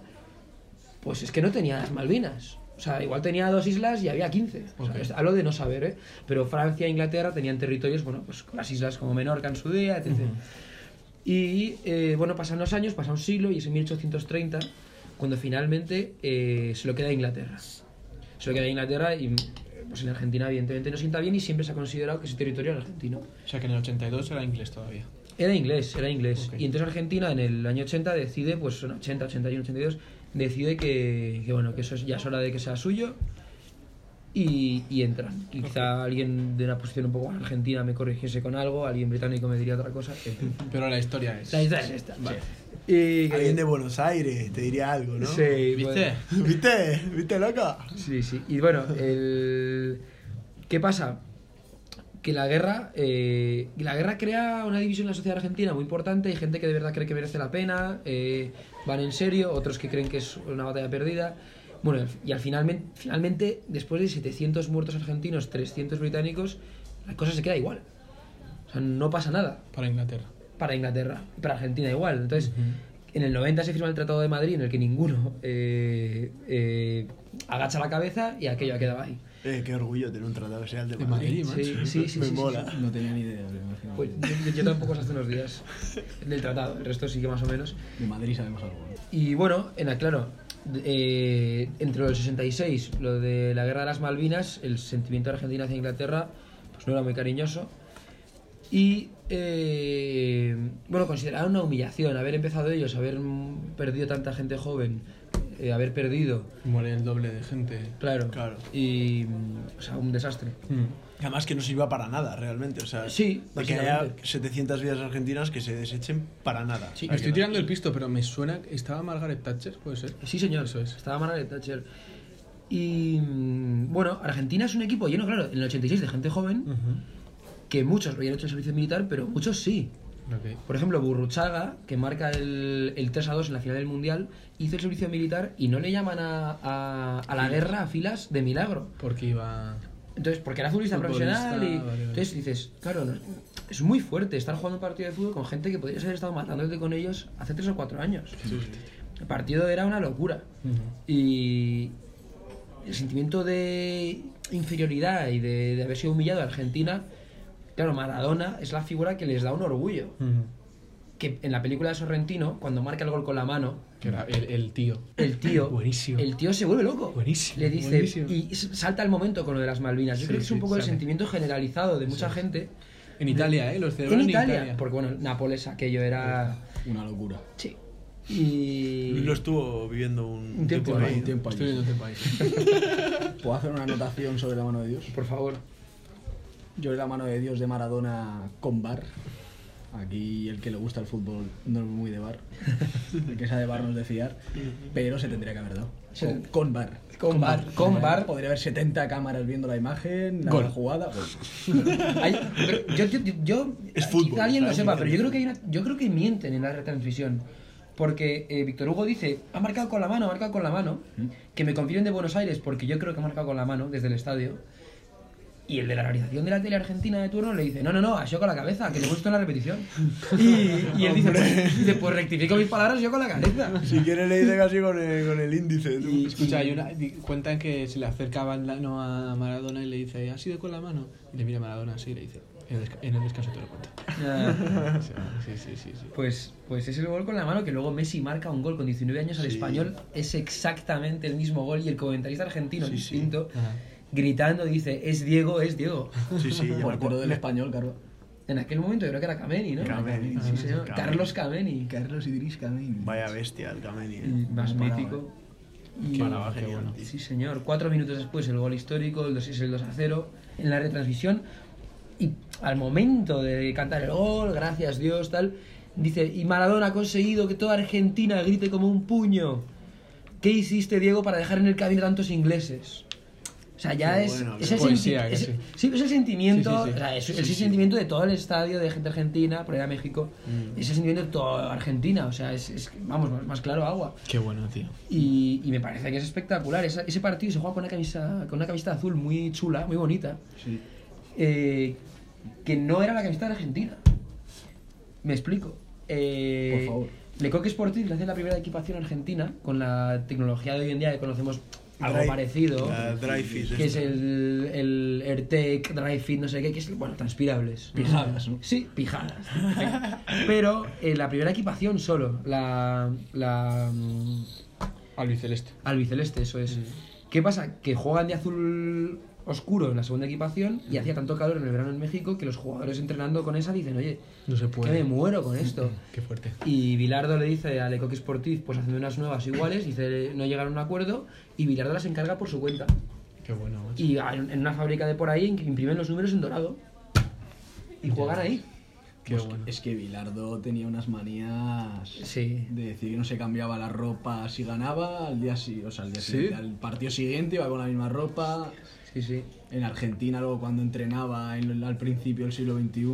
E: pues es que no tenía las Malvinas. O sea, igual tenía dos islas y había 15. O sea,
A: Ok.
E: es- hablo de no saber, ¿eh? Pero Francia e Inglaterra tenían territorios, bueno, pues con las islas como Menorca en su día, etc. Y eh, bueno, pasan los años, pasa un siglo y es en 1830 cuando finalmente eh, se lo queda a Inglaterra. Se lo queda a Inglaterra y eh, pues en Argentina evidentemente no sienta bien y siempre se ha considerado que ese territorio era argentino.
A: O sea que en el 82 era inglés todavía.
E: Era inglés, era inglés.
A: Ok.
E: Y entonces Argentina en el año 80 decide, pues en 80, 81, 82, decide que, que, bueno, que eso es- ya es hora de que sea suyo y, y entran. Y quizá alguien de una posición un poco más argentina me corrigiese con algo, alguien británico me diría otra cosa. en fin.
A: Pero la historia es.
E: La idea es esta.
A: Vale.
E: Y que-
B: Alguien de Buenos Aires te diría algo, ¿no?
E: Sí,
A: ¿Viste?
E: bueno.
B: ¿Viste? ¿Viste, loco?
E: Sí, sí. Y bueno, el... ¿qué pasa? Que la guerra, eh, la guerra crea una división en la sociedad argentina muy importante. Hay gente que de verdad cree que merece la pena, eh, van en serio, otros que creen que es una batalla perdida. Bueno, y al finalmente, finalmente, después de 700 muertos argentinos, 300 británicos, la cosa se queda igual. O sea, no pasa nada
A: Para Inglaterra.
E: para Inglaterra, y para Argentina igual. Entonces, en el 90 se firma el Tratado de Madrid en el que ninguno eh, eh, agacha la cabeza y aquello ha quedado ahí.
B: Eh, qué orgullo tener un tratado que sea el de
A: De
B: Madrid.
A: Madrid, macho.
E: Sí, sí, sí.
B: Me
E: sí, sí.
B: mola.
C: No tenía ni idea, pero imagino.
E: Pues, yo, yo tampoco es hace unos días del tratado, el resto sí que más o menos.
C: De Madrid sabemos algo. ¿eh?
E: Y bueno, en la, claro, eh, entre el 66, lo de la guerra de las Malvinas, el sentimiento de Argentina hacia Inglaterra, pues no era muy cariñoso. Y eh, bueno, consideraron una humillación haber empezado ellos, haber mm, perdido tanta gente joven, eh, haber perdido,
A: Muere el doble de gente.
E: claro.
B: Claro.
E: Y, mm, o sea, un desastre.
A: Mm.
B: Además que no sirva para nada, realmente. O sea,
E: Sí,
B: de que haya
E: básicamente.
B: 700 vidas argentinas que se desechen para nada.
E: Sí.
A: Me estoy tirando el pisto, pero me suena. ¿Estaba Margaret Thatcher? ¿Puede ser?
E: Sí, señor,
A: Eso es.
E: Estaba Margaret Thatcher. Y mm, bueno, Argentina es un equipo lleno, claro, en el 86 de gente joven, que muchos lo habían hecho el servicio militar, pero muchos sí.
A: Ok.
E: Por ejemplo, Burruchaga, que marca el, el 3 a 2 en la final del Mundial, hizo el servicio militar y no le llaman a, a- a la guerra a filas de milagro.
A: Porque iba.
E: Entonces, porque era futbolista,
A: Futbolista,
E: profesional y.
A: vale, vale.
E: Entonces dices, claro, no- es muy fuerte estar jugando un partido de fútbol con gente que podrías haber estado matándote con ellos hace 3 o 4 años. El partido era una locura. Y el sentimiento de inferioridad y de, de haber sido humillado a Argentina, claro, Maradona es la figura que les da un orgullo. Que en la película de Sorrentino, cuando marca el gol con la mano,
A: Que era el, el tío.
E: el tío,
A: Buenísimo.
E: el tío se vuelve loco.
A: Buenísimo,
E: Le dice
A: buenísimo.
E: y s- salta el momento con lo de las Malvinas. Yo
A: Sí,
E: creo que es un
A: sí,
E: poco el
A: sale.
E: sentimiento generalizado de mucha gente
A: En Italia, ¿eh? Los
E: en
A: celebran en
E: Italia,
A: Italia.
E: porque bueno, Nápoles aquello era
C: Una locura.
E: sí. Y
B: Lo estuvo viviendo un,
E: Un tiempo,
B: ahí,
E: ¿no?
B: ¿no?
C: Tiempo allí.
A: Estoy viendo este país.
C: ¿Puedo hacer una anotación sobre la mano de Dios?
E: por favor,
C: Yo en la mano de Dios de Maradona con bar. Aquí el que le gusta el fútbol no es muy de bar. El que sea de bar no es de fiar. Pero se tendría que haber dado.
E: Se-
C: Con, con bar.
E: Con bar. Con bar.
C: Podría haber 70 cámaras viendo la imagen, la
A: Gol.
C: jugada.
E: Hay- pero yo, yo, yo-
B: Es
E: quizá
B: fútbol,
E: alguien lo
B: ¿sabes?
E: sepa, pero yo creo que hay una- yo creo que mienten en la retransmisión. Porque eh, Víctor Hugo dice, ha marcado con la mano, ha marcado con la mano, que me confíen de Buenos Aires porque yo creo que ha marcado con la mano desde el estadio. Y el de la realización de la tele argentina de turno le dice, no, no, no, ha sido con la cabeza, que le he puesto en la repetición. Y, y él dice pues, dice, pues rectifico mis palabras, yo con la cabeza.
B: Si quieres le dice casi con el, con el índice. tú.
A: Y escucha, hay una, di- cuentan que se le acercaban la no a Maradona y le dice, ¿has ido con la mano? Y le mira a Maradona así y le dice, en el, desca- en el descanso te lo cuento.
E: Ya.
A: Sí, sí, sí, sí. sí.
E: Pues, pues es el gol con la mano que luego Messi marca un gol con 19 años al español. Es exactamente el mismo gol y el comentarista argentino distinto
A: Ajá.
E: gritando dice, es Diego, es Diego.
B: Sí, sí, ya me
C: Portero
B: acuerdo.
C: del español, claro.
E: En aquel momento yo creo que era Kameni, ¿no?
B: Kameni,
E: Sí,
B: sí,
E: señor.
B: sí,
E: Carlos Kameni.
C: Carlos Idris Camin.
B: Vaya bestia el Kameni. eh.
E: Y Más
B: Paraba,
E: mítico.
B: eh.
E: Y-
B: Paraba, genial.
E: Sí, señor. Cuatro minutos después el gol histórico, el 2-6, el 2-0, en la retransmisión. Y al momento de cantar el gol, gracias Dios, tal, dice, y Maradona ha conseguido que toda Argentina grite como un puño. ¿Qué hiciste, Diego, para dejar en el camino tantos ingleses? O sea, ya
B: Qué
E: es,
B: bueno,
E: es
B: qué
E: el
A: poesía,
E: senti-
A: que
E: es-
A: sí.
E: sí, es el sentimiento,
A: Sí, sí, sí.
E: o sea, es- es
A: Sí,
E: el
A: sí.
E: sentimiento de todo el estadio de gente argentina, por ir a México,
A: Mm.
E: es el sentimiento de toda Argentina, o sea, es, es- vamos, más- más claro agua.
A: Qué bueno, tío.
E: Y, y me parece que es espectacular. Esa- ese partido se juega con una camisa, con una camiseta azul muy chula, muy bonita,
C: Sí.
E: eh, que no era la camiseta de Argentina. Me explico. Eh,
C: Por favor.
E: Lecoq Sporting le hace la primera equipación argentina con la tecnología de hoy en día que conocemos algo
B: Drive-
E: parecido,
B: la dry fit
E: que es
B: esta.
E: el, el AirTech, DriveFit, no sé qué, que es, bueno, transpirables.
C: Pijadas, ¿no?
E: Sí, pijadas. Pero eh, la primera equipación solo, la, la mm,
A: Albiceleste.
E: albiceleste, eso es.
A: Mm.
E: ¿Qué pasa? Que juegan de azul oscuro en la segunda equipación y hacía tanto calor en el verano en México que los jugadores entrenando con esa dicen, oye,
A: No se
E: que
A: puede. Mm.
E: me muero con esto.
A: Qué fuerte.
E: Y Bilardo le dice a Lecoq Sportif, pues hazme unas nuevas iguales, dice, no llegaron a un acuerdo y Bilardo las encarga por su cuenta.
A: Qué bueno, macho.
E: Y a- en una fábrica de por ahí en que imprimen los números en dorado y juegan ahí.
A: Qué
C: Pues
A: bueno.
C: Es que Bilardo tenía unas manías
E: Sí.
C: de decir que no se cambiaba la ropa si ganaba, al día si- o sea, al día
A: Sí.
C: siguiente, al partido siguiente iba con la misma ropa.
E: Sí, sí.
C: En Argentina luego cuando entrenaba en- al principio del siglo XXI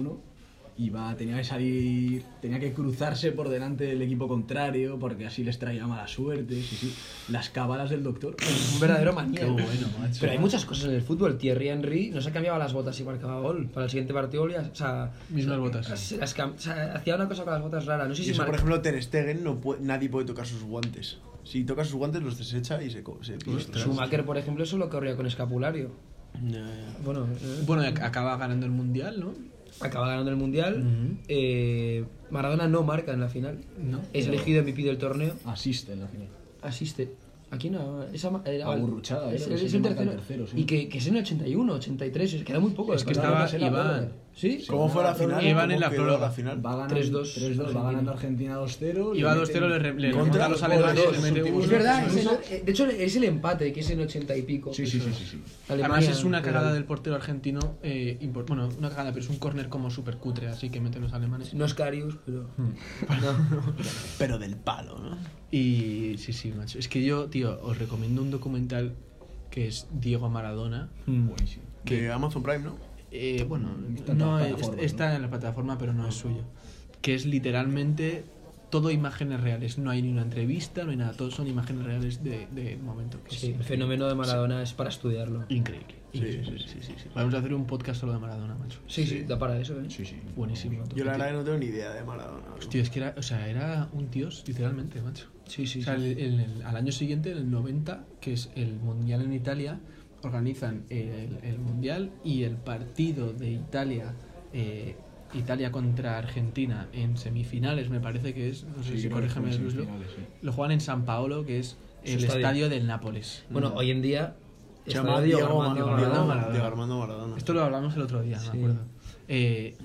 C: iba, tenía que salir, tenía que cruzarse por delante del equipo contrario porque así les traía mala suerte, sí, sí. Las cábalas del doctor.
E: Un verdadero maníaco.
B: macho.
E: Pero hay muchas cosas en el fútbol. Thierry Henry no se cambiaba las botas y marcaba gol. Para el siguiente partido, volvía- o sea,
A: Mismas botas.
E: se las cam- o sea, hacía una cosa con las botas rara. No sé
B: Y
E: si
B: eso,
E: mar-
B: por ejemplo, Ter Stegen, no puede- nadie puede tocar sus guantes. Si toca sus guantes, los desecha y se... co- se pide otros.
E: Schumacher, por ejemplo, solo corría con escapulario.
B: Ya, ya.
E: Bueno, eh,
A: Bueno, ac- acaba ganando el mundial, ¿no?
E: acaba ganando el mundial. Eh, Maradona no marca en la final.
A: No.
E: Es elegido MVP del torneo.
C: Asiste en la final.
E: Asiste. Aquí no. Esa ma- era-
C: Aburruchada,
E: es,
C: era,
E: es
C: sí,
E: el
C: marca
E: tercero.
C: el tercero, sí.
E: Y que, que es en 81, 83. Es que era muy poco.
A: Es
E: de
A: que
E: verdad.
A: estaba
C: no sé la
A: Iván.
C: verdad.
E: Sí,
B: ¿Cómo fue la final?
A: Iban
B: ¿Cómo
A: en la
B: quedó
A: prórroga.
B: final?
C: Va ganando
E: 3-2,
C: 3-2, va
E: Argentina.
C: ganando Argentina 2-0.
A: Iba
C: le
A: 2-0, le,
C: meten-
A: re- le
B: Contra
A: remonta a los
B: o
A: alemanes.
B: dos,
A: le mete
B: los
A: uno.
E: Es verdad,
B: Sí,
E: es el- eh, de hecho es el empate, que es en 80 y pico. pues,
C: Sí, sí, sí, sí, sí.
E: Alemania,
A: Además es una
E: pero-
A: cagada del portero argentino, eh, impor- bueno, una cagada, pero es un córner como súper cutre, así que meten los alemanes.
E: No es Carius, pero.
B: Pero del palo, ¿no?
A: Y sí, sí, macho. Es que yo, tío, os recomiendo un documental que es Diego Maradona.
C: Mm. Buenísimo.
B: De Amazon Prime, ¿no?
A: Eh, bueno,
C: Está en
A: no,
C: todas
A: es-
C: plataformas,
A: está en la plataforma, pero no es suyo. Que es literalmente todo imágenes reales. No hay ni una entrevista, no hay nada. Todo son imágenes reales de, de momento. que
E: Sí,
A: es
E: el fenómeno de Maradona es para estudiarlo.
A: Increíble.
B: Sí,
A: increíble. Sí, sí, sí, Vamos a hacer un podcast solo de Maradona, macho.
E: Sí, sí, da para eso, ¿eh?
C: Sí, sí.
A: Buenísimo.
B: Yo la verdad que no tengo ni idea de Maradona. ¿no?
A: Tío, es que era, o sea, era un dios, literalmente, macho.
E: Sí, sí,
A: O sea,
E: sí.
A: el- el- el- al año siguiente, en el 90, que es el Mundial en Italia, organizan el, el Mundial y el partido de Italia, eh, Italia contra Argentina en semifinales, me parece que es, no sé
C: Sí,
A: si
C: creo que
A: corrígeme,
C: fue en
A: Luis, lo,
C: semifinales, sí.
A: lo juegan en San Paolo, que es
E: Su
A: el
E: estadio.
A: estadio del Nápoles.
E: Bueno, hoy en día.
B: Se
E: está
B: llama
E: Diego
B: Diego
E: Armando
B: Ma-
E: Maradona.
B: Diego
A: Maradona.
B: Diego Armando Maradona.
A: Esto lo hablamos el otro día,
E: Sí.
A: me acuerdo. Eh,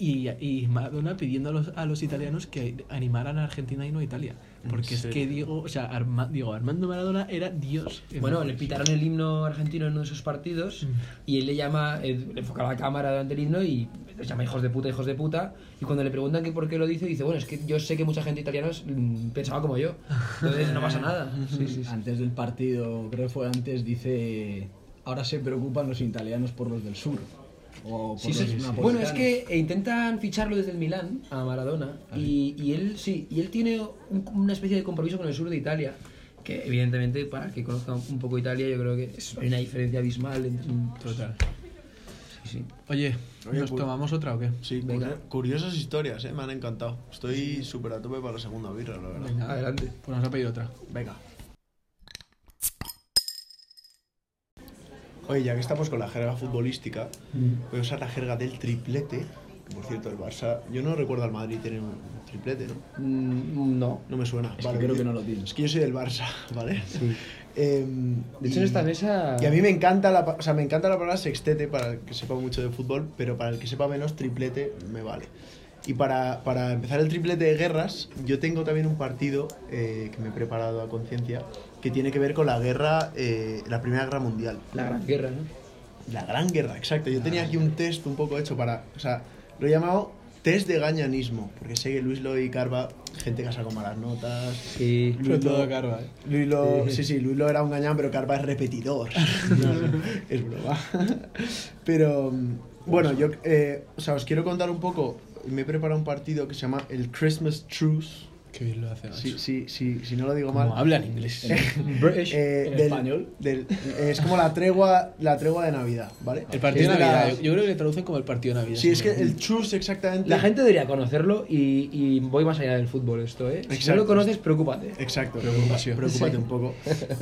A: y, y Maradona pidiendo a los, a los italianos que animaran a Argentina y no a Italia. Porque es que Diego, o sea, Arma- Diego Armando Maradona era Dios.
E: Bueno, le pitaron el himno argentino en uno de esos partidos y él le llama, eh, le enfoca la cámara durante el himno y les llama hijos de puta, hijos de puta. Y cuando le preguntan que por qué lo dice, dice, bueno, es que yo sé que mucha gente italiana es, mm, pensaba como yo. Entonces no pasa nada. Sí, sí, sí.
C: Antes del partido, creo que fue antes, dice, ahora se preocupan los italianos por los del sur. O por
E: Sí,
C: los
E: sí, sí.
C: napolitanos".
E: Bueno, es que eh, intentan ficharlo desde el Milán a Maradona y, y él sí, y él tiene un- una especie de compromiso con el sur de Italia, que evidentemente para el que conozca un poco Italia yo creo que es- hay una diferencia abismal entre
A: Total.
E: sí, sí.
A: Oye,
B: Oye, pues-
A: ¿nos
B: cu-
A: tomamos otra o qué?
B: Sí,
E: Venga.
B: curi- curiosas historias, ¿eh? Me han encantado. Estoy súper a tope para la segunda birra, la verdad.
A: Venga,
E: Adelante.
A: Pues nos ha pedido otra.
B: Venga. Oye, ya que estamos con la jerga futbolística, voy a usar la jerga del triplete, Que, Por cierto, el Barça. Yo no recuerdo al Madrid tener un triplete, ¿no?
A: Mm, No.
B: No me suena.
C: Es que creo que no lo tiene.
B: tienes. Es que yo soy del Barça, ¿vale? Em,
A: De hecho, en
B: y-
A: esta mesa.
B: Y a mí me encanta la, pa- o sea, me encanta la palabra sextete para el que sepa mucho de fútbol, pero para el que sepa menos, triplete me vale. Y para, para empezar el triplete de guerras, yo tengo también un partido eh, que me he preparado a conciencia que tiene que ver con la guerra, eh, la Primera Guerra Mundial.
E: La gran guerra, ¿no?
B: La Gran Guerra, exacto. Yo tenía aquí un test un poco hecho para. O sea, lo he llamado test de gañanismo, porque sé que Luis Lo y Carva, gente que saca malas notas.
E: Sí.
A: Sobre todo Carva, ¿eh?
B: Luis Lo, sí, sí, Luis Lo era un gañán, pero Carva es repetidor. No, no, es broma. Pero mm, bueno, yo eh, o sea, os quiero contar un poco. Me he preparado un partido que se llama el Christmas Truce.
A: Qué bien lo hace.
B: Si, si, si, si no lo digo mal.
A: Como hablan inglés.
E: British.
B: Eh,
C: ¿En
B: del-
C: español?
B: del- es como la tregua, la tregua de Navidad, ¿vale?
A: El partido
B: Es
A: de
B: la-
A: Navidad. Yo creo que le traducen como el partido de Navidad.
B: Sí, es que
A: seguro.
B: el truce exactamente.
E: La gente debería conocerlo y, y voy más allá del fútbol esto, ¿eh? Si no
B: Exacto.
E: lo conoces, preocúpate.
B: Exacto,
A: Preocupación.
B: preocúpate un poco.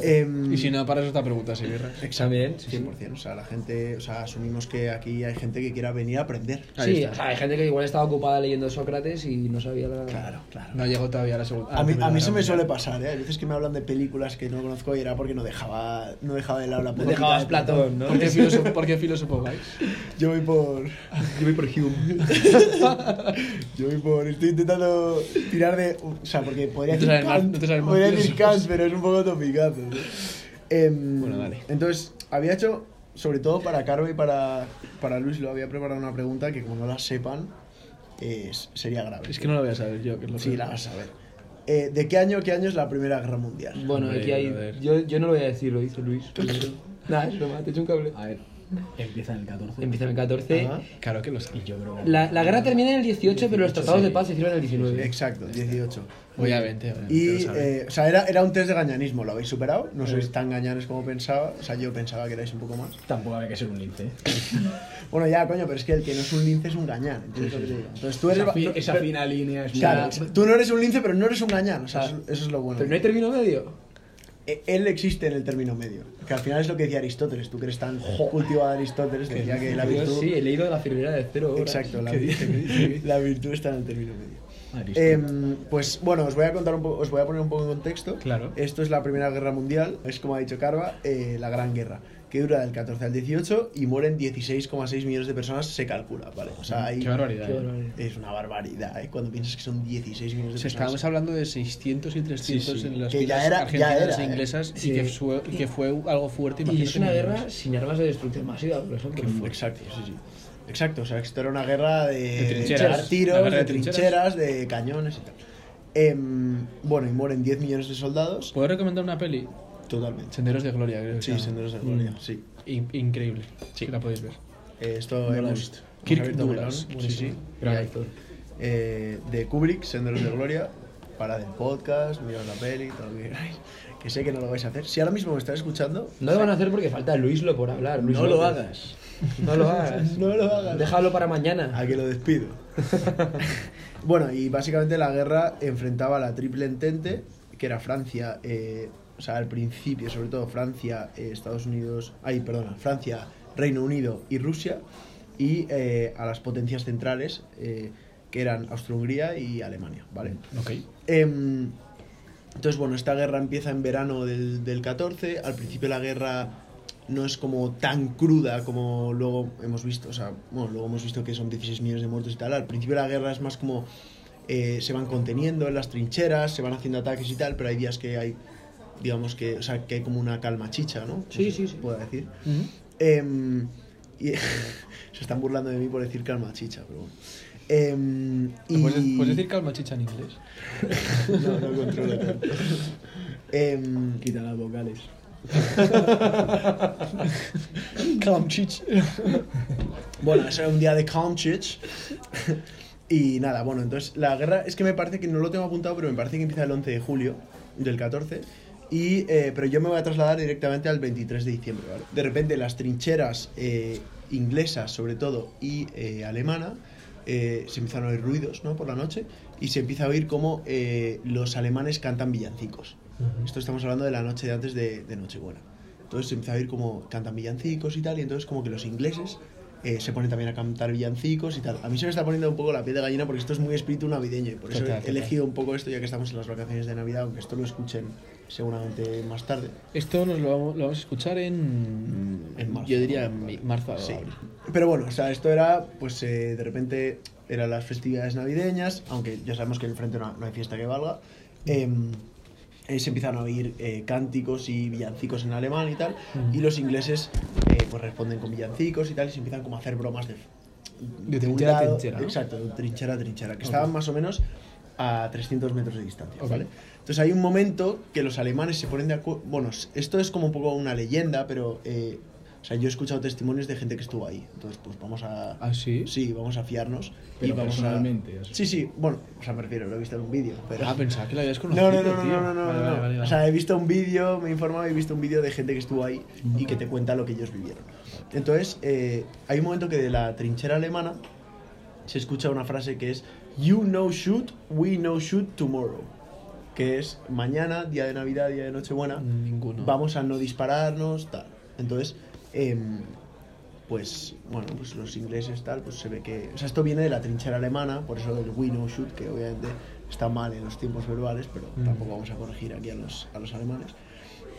B: Em,
A: Y si no, para eso esta pregunta, si guerra.
E: También, sí, sí.
B: 100%, o sea, la gente, o sea, asumimos que aquí hay gente que quiera venir a aprender.
E: Sí, o sea, hay gente que igual estaba ocupada leyendo Sócrates y no sabía la...
B: Claro, claro.
A: No ha llegado todavía a la segunda.
B: A mí, a mí
A: se
B: eso me suele pasar, ¿eh? Hay veces que me hablan de películas que no conozco y era porque no dejaba, no dejaba de lado la política
E: Dejabas
B: de
E: Platón, ¿no?
A: ¿Por qué filósofo, por qué filósofo vais?
B: Yo voy por...
E: Yo voy por Hume.
B: Yo voy por... Estoy intentando tirar de... O sea, porque podría
A: No te
B: decir
A: sabes más-
B: Kant,
A: no te sabes más
B: podría decir
A: filósofos.
B: Kant, pero es un poco topicazo. ¿no? Em,
A: Bueno, dale.
B: Entonces, había hecho, sobre todo para Caro y para, para Luis, lo había preparado una pregunta que como no la sepan, es- sería grave.
A: Es que no lo voy a saber yo. Que es lo
B: Sí,
A: peor.
B: la vas a ver. Eh, ¿De qué año, qué año es la Primera Guerra Mundial?
E: Bueno,
A: Hombre,
E: aquí hay...
A: brother.
E: Yo, yo no lo voy a decir, lo dice Luis. Nada, es broma, te echo un cable.
C: A ver, empieza en el 14.
B: Em-
E: Empieza en el 14.
B: Ajá.
A: Claro que lo
C: Y
A: sabe.
C: yo creo que-
E: La, la guerra termina en el 18, pero los tratados
A: sí.
E: de paz se hicieron en el 19.
B: Exacto, 18.
A: Obviamente. obviamente lo
B: Y,
A: sabe.
B: eh, o sea, era, era un test de gañanismo, lo habéis superado. No sois tan gañanes como pensaba. O sea, yo pensaba que erais un poco más.
C: Tampoco había que ser un lince. ¿eh?
B: Bueno, ya, coño, pero es que el que no es un lince es un gañán. ¿entiendes lo que te digo? Entonces tú eres.
C: Esa, fi-
B: tú-
C: esa
B: pero-
C: fina línea es
B: claro,
C: muy-
B: tú no eres un lince, pero no eres un gañán. O sea,
E: Claro.
B: eso, eso es lo bueno.
E: Pero no hay término medio.
B: Eh, Él existe en el término medio. Que al final es lo que decía Aristóteles. Tú que eres tan cultivado de Aristóteles, decía que la
E: Yo
B: virtud.
E: sí, he leído de la enfermedad de cero horas.
B: Exacto, la,
A: ¿Qué dice? ¿Qué dice? ¿Qué dice?
B: la virtud está en el término medio.
C: Ah, Aristóteles.
B: Em, pues bueno, os voy a contar un poco, os voy a poner un poco en contexto.
A: Claro.
B: Esto es la Primera Guerra Mundial, es como ha dicho Carva, eh, la Gran Guerra, que dura del 14 al 18 y mueren 16,6 millones de personas, se calcula, ¿vale? O sea, ahí
A: Qué barbaridad.
E: Qué
A: eh.
E: barbaridad.
B: es una barbaridad, ¿eh? Cuando piensas que son 16 millones
A: O
B: de
A: sea,
B: personas.
A: estábamos hablando de 600 y 300
B: Sí, sí.
A: en las
B: Que ya
A: filas
B: era- ya
A: argentinas
B: era,
A: e
B: eh.
A: inglesas
E: Sí.
A: y que, fue- que fue algo fuerte.
E: Y es
A: imagínate
E: una
A: en
E: guerra
A: inglés.
E: sin armas de destrucción masiva, por ejemplo.
B: Exacto, sí, sí. Exacto, o sea, esto era una guerra de,
A: De trincheras.
B: echar tiros,
A: La guerra
B: de
A: de trincheras.
B: trincheras, de cañones y tal. Em, bueno, y mueren 10 millones de soldados.
A: ¿Puedo recomendar una peli?
B: Totalmente.
A: Senderos de Gloria, creo. que
B: Sí,
A: se llama. Mm.
B: senderos de gloria, sí.
A: In- increíble. Sí. La podéis ver.
B: Eh, esto
C: No la he
B: hemos,
C: visto.
B: hemos
A: Kirk
B: abierto
A: Douglas.
B: melón, sí, sí.
A: buenísimo.
E: Gran actor.
B: Eh, de Kubrick, Senderos de Gloria, parad el podcast, mirad la peli, todo lo que queráis. Que sé que no lo vais a hacer. Si ahora mismo me estás escuchando,
E: No lo van a hacer porque falta Luislo por hablar. Luis
C: No lo
E: López.
C: hagas.
E: No lo hagas.
B: No lo hagas.
E: Déjalo para mañana.
B: a que lo despido. bueno, y básicamente la guerra enfrentaba a la triple entente, que era Francia, eh, o sea, al principio, sobre todo Francia, eh, Estados Unidos, ay, perdona, Francia, Reino Unido y Rusia, y eh, a las potencias centrales, eh, que eran Austria-Hungría y Alemania, ¿vale?
A: Ok.
B: Em, entonces, bueno, esta guerra empieza en verano del, del 14. Al principio la guerra no es como tan cruda como luego hemos visto. O sea, bueno, luego hemos visto que son 16 millones de muertos y tal. Al principio la guerra es más como eh, se van conteniendo en las trincheras, se van haciendo ataques y tal, pero hay días que hay, digamos que, o sea, que hay como una calma chicha, ¿no? No
E: Sí,
B: sé
E: sí,
B: si
E: sí.
B: se puede decir. Em, y- se están burlando de mí por decir calma chicha, pero bueno. Em, y-
A: ¿Puedes, puedes decir calma chicha en inglés?
B: no, no controlo tanto. Em,
C: Quita las vocales.
A: Calm chicha.
B: bueno, eso era un día de Calmchich. Y nada, bueno, entonces la guerra es que me parece que no lo tengo apuntado, pero me parece que empieza el 11 de julio del 14. Y, eh, pero yo me voy a trasladar directamente al 23 de diciembre, ¿vale? De repente las trincheras eh, inglesas, sobre todo, y eh, alemana, eh, se empiezan a oír ruidos, ¿no? Por la noche, y se empieza a oír como los alemanes cantan villancicos. Esto estamos hablando de la noche de antes de, de Nochebuena. Entonces se empieza a oír como cantan villancicos y tal, y entonces como que los ingleses eh, se pone también a cantar villancicos y tal. A mí se me está poniendo un poco la piel de gallina porque esto es muy espíritu navideño y por eso
A: Total,
B: he
A: total.
B: elegido un poco esto ya que estamos en las vacaciones de Navidad, aunque esto lo escuchen seguramente más tarde.
A: Esto nos lo vamos, lo vamos a escuchar en,
B: Mm, En marzo.
A: Yo diría en mi- marzo o
B: Sí.
A: abril.
B: Pero bueno, o sea, esto era, pues eh, de repente eran las festividades navideñas, aunque ya sabemos que en el frente no, no hay fiesta que valga. em, eh, se empiezan a oír eh, cánticos y villancicos en alemán y tal, y los ingleses eh, pues responden con villancicos y tal, y se empiezan como a hacer bromas de,
A: De
B: un
A: trinchera a trinchera, ¿no?
B: Exacto, de trinchera a trinchera, que
A: Ok.
B: estaban más o menos a 300 metros de distancia,
A: Ok.
B: ¿vale? Entonces hay un momento que los alemanes se ponen de acuerdo. Bueno, s- esto es como un poco una leyenda, pero. eh, o sea, yo he escuchado testimonios de gente que estuvo ahí. Entonces, pues vamos a.
A: ¿Ah, sí?
B: Sí, vamos a fiarnos.
C: Pero
B: y vamos
C: personalmente, o
B: A...
C: sea.
B: Sí, sí, bueno, o sea, me refiero, lo he visto en un vídeo. Pero...
A: Ah, pensaba que lo habías
B: No,
A: conocido.
B: no, no, no,
A: tío.
B: no, no, no,
A: Vale,
B: no.
A: vale, vale,
B: O
A: vale.
B: sea, he visto un vídeo, me he informado, he visto un vídeo de gente que estuvo ahí y que te cuenta lo que ellos vivieron. Entonces, eh, hay un momento que de la trinchera alemana se escucha una frase que es You no shoot, we no shoot tomorrow. Que es mañana, día de Navidad, día de Nochebuena,
A: Ninguno.
B: vamos a no dispararnos, tal. Entonces, em, pues, bueno, pues los ingleses, tal, pues se ve que... O sea, esto viene de la trinchera alemana, por eso el we no shoot, que obviamente está mal en los tiempos verbales, pero
A: Mm.
B: tampoco vamos a corregir aquí a los, a los alemanes.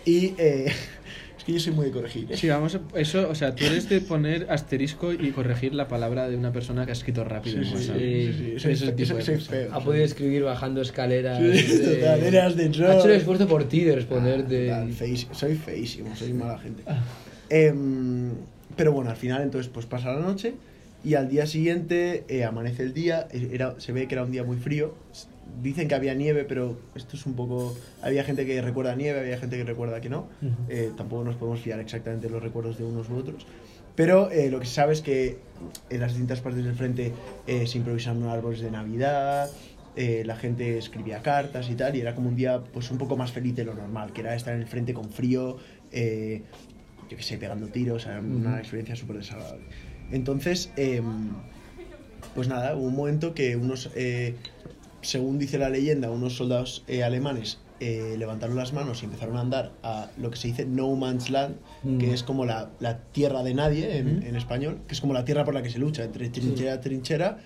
B: Y eh, es que yo soy muy de corregir. ¿eh?
A: Sí, vamos a- Eso, o sea, tú eres de poner asterisco y corregir la palabra de una persona que ha escrito rápido. en WhatsApp.
E: sí,
B: Soy,
A: Ese tipo de
B: soy- soy
A: cosas.
B: feo.
E: Ha podido escribir bajando escaleras.
B: Sí,
E: eh,
B: total, eras de Ah,
E: Ha
B: George.
E: hecho el esfuerzo por ti de responderte.
B: Total, feísimo, soy feísimo, soy mala gente. Em, pero bueno, al final entonces pues pasa la noche y al día siguiente eh, amanece el día, e- era, se ve que era un día muy frío, s- dicen que había nieve, pero esto es un poco... Había gente que recuerda nieve, había gente que recuerda que no, Eh, tampoco nos podemos fiar exactamente de los recuerdos de unos u otros. Pero eh, lo que se sabe es que en las distintas partes del frente eh, se improvisaron árboles de Navidad, eh, la gente escribía cartas y tal, y era como un día pues un poco más feliz de lo normal, que era estar en el frente con frío, eh, yo qué sé, pegando tiros, era una experiencia súper desagradable. Entonces, em, pues nada, hubo un momento que unos, eh, según dice la leyenda, unos soldados eh, alemanes eh, levantaron las manos y empezaron a andar a lo que se dice No Man's Land, que es como la, la tierra de nadie en, en español, que es como la tierra por la que se lucha, entre trinchera a trinchera,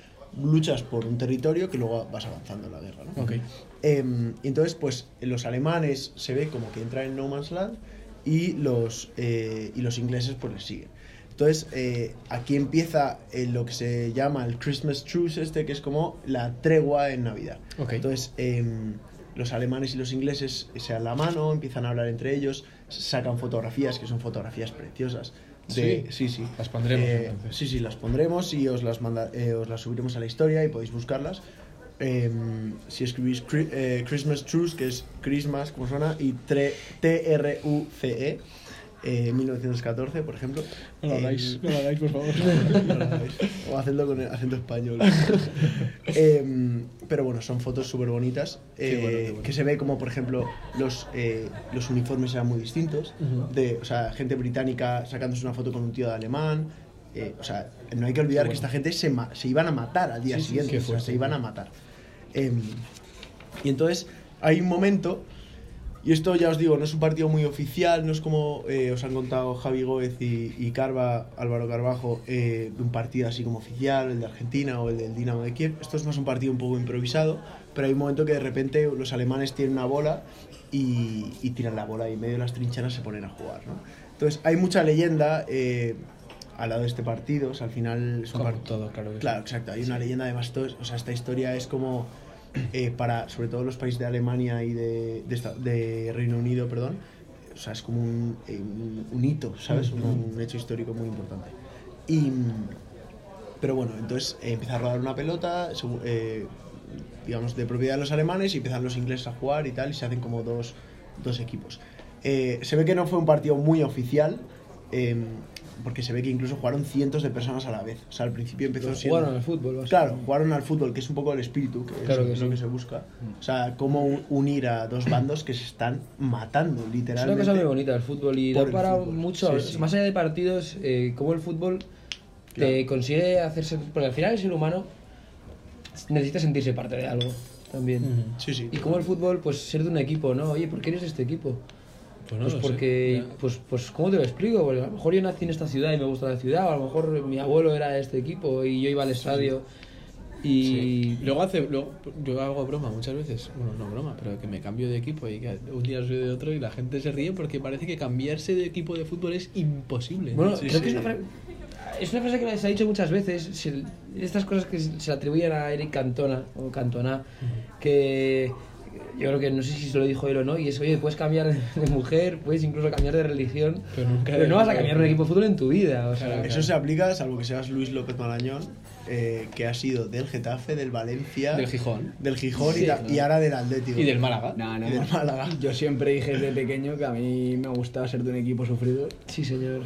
B: luchas por un territorio que luego vas avanzando en la guerra. ¿no?
A: Ok.
B: Em, y entonces, pues los alemanes se ve como que entran en No Man's Land y los, eh, y los ingleses pues les siguen. Entonces, eh, aquí empieza eh, lo que se llama el Christmas Truce este, que es como la tregua en Navidad.
A: Ok.
B: Entonces, em, los alemanes y los ingleses se dan la mano, empiezan a hablar entre ellos, sacan fotografías, que son fotografías preciosas. de-
A: Sí.
B: sí, sí.
A: Las pondremos,
B: Eh,
A: entonces.
B: sí, sí, las pondremos y os las, manda- eh, os las subiremos a la historia y podéis buscarlas. Em, si escribís cri- eh, Christmas Truce, que es Christmas, como suena, y tre- T-R-U-C-E, E, eh, 1914, por ejemplo.
A: No lo hagáis,
B: em,
A: no lo hagáis, por favor.
B: no lo hagáis. o hacedlo con acento español. Em, pero bueno, son fotos súper bonitas.
A: Qué bueno, qué bueno.
B: Que se ve como, por ejemplo, los, eh, los uniformes eran muy distintos. de, o sea, gente británica sacándose una foto con un tío de alemán. eh, o sea, no hay que olvidar que esta gente se, ma- se iban a matar al día
A: Sí, sí,
B: siguiente.
A: qué
B: o sea,
A: fuerte,
B: se iban
A: tío.
B: a matar. Em, y entonces hay un momento y esto ya os digo, no es un partido muy oficial, no es como eh, os han contado Javi Góez y, y Carva, Álvaro Carbajo, eh, de un partido así como oficial, el de Argentina o el del Dinamo de Kiev. Esto es más un partido un poco improvisado, pero hay un momento que de repente los alemanes tienen una bola y, y tiran la bola y en medio de las trincheras se ponen a jugar. ¿no? Entonces hay mucha leyenda eh, al lado de este partido, o sea, al final es un
A: Como
B: partido...
A: todo, claro que Pues sí.
B: Claro, exacto. Hay una leyenda, además, todo es- o sea, esta historia es como eh, para, sobre todo los países de Alemania y de, de esta- de Reino Unido, perdón, o sea, es como un, eh, un- un hito, ¿sabes? Un, un hecho histórico muy importante. Y, mm, pero bueno, entonces eh, empieza a rodar una pelota, segu- eh, digamos, de propiedad de los alemanes y empiezan los ingleses a jugar y tal, y se hacen como dos, dos equipos. Eh, se ve que no fue un partido muy oficial, eh, porque se ve que incluso jugaron cientos de personas a la vez. O sea, al principio empezó siendo...
E: Jugaron al fútbol, básicamente.
B: Claro, jugaron al fútbol, que es un poco el espíritu, que
E: Claro
B: es
E: que
B: lo
E: sí.
B: que se busca. O sea, cómo un- unir a dos bandos que se están matando,
E: Es
B: literalmente.
E: una cosa muy bonita el fútbol y
B: por
E: da
B: el
E: para
B: fútbol,
E: mucho.
B: sí, sí.
E: Más allá de partidos, eh, como el fútbol te consigue hacerse. Porque al final el ser humano necesita sentirse parte de algo también.
B: Sí, sí.
E: Y como el fútbol, pues ser de un equipo, ¿no? Oye, ¿por qué eres de este equipo?
A: Pues no
E: Pues
A: lo sé,
E: porque,
A: ya.
E: pues, pues, ¿cómo te lo explico? Porque a lo mejor yo nací en esta ciudad y me gusta la ciudad, o a lo mejor mi abuelo era de este equipo y yo iba al estadio. Y.
A: Sí. Luego hace, luego, yo hago broma muchas veces, bueno, no broma, pero que me cambio de equipo y que un día soy de otro y la gente se ríe porque parece que cambiarse de equipo de fútbol es imposible.
E: Bueno,
A: Sí,
E: creo
A: sí.
E: que es una, fra- es una frase que se ha dicho muchas veces, se- estas cosas que se le atribuyen a Eric Cantona, o Cantona, que yo creo que no sé si se lo dijo él o no, y es, oye, puedes cambiar de mujer, puedes incluso cambiar de religión,
A: Pero nunca de
E: no vas a
A: equipo.
E: cambiar un equipo de fútbol en tu vida, o sea,
A: Claro.
B: Eso se aplica, salvo que seas Luis López Malañón, eh, que ha sido del Getafe, del Valencia,
A: Del Gijón.
B: del Gijón
E: Sí,
B: y, ta-
E: ¿no?
B: y ahora del Atlético.
A: Y del Málaga.
C: No, no,
B: Y del
C: no.
B: Málaga.
C: Yo siempre dije desde pequeño que a mí me gustaba ser de un equipo sufrido
E: sí señor.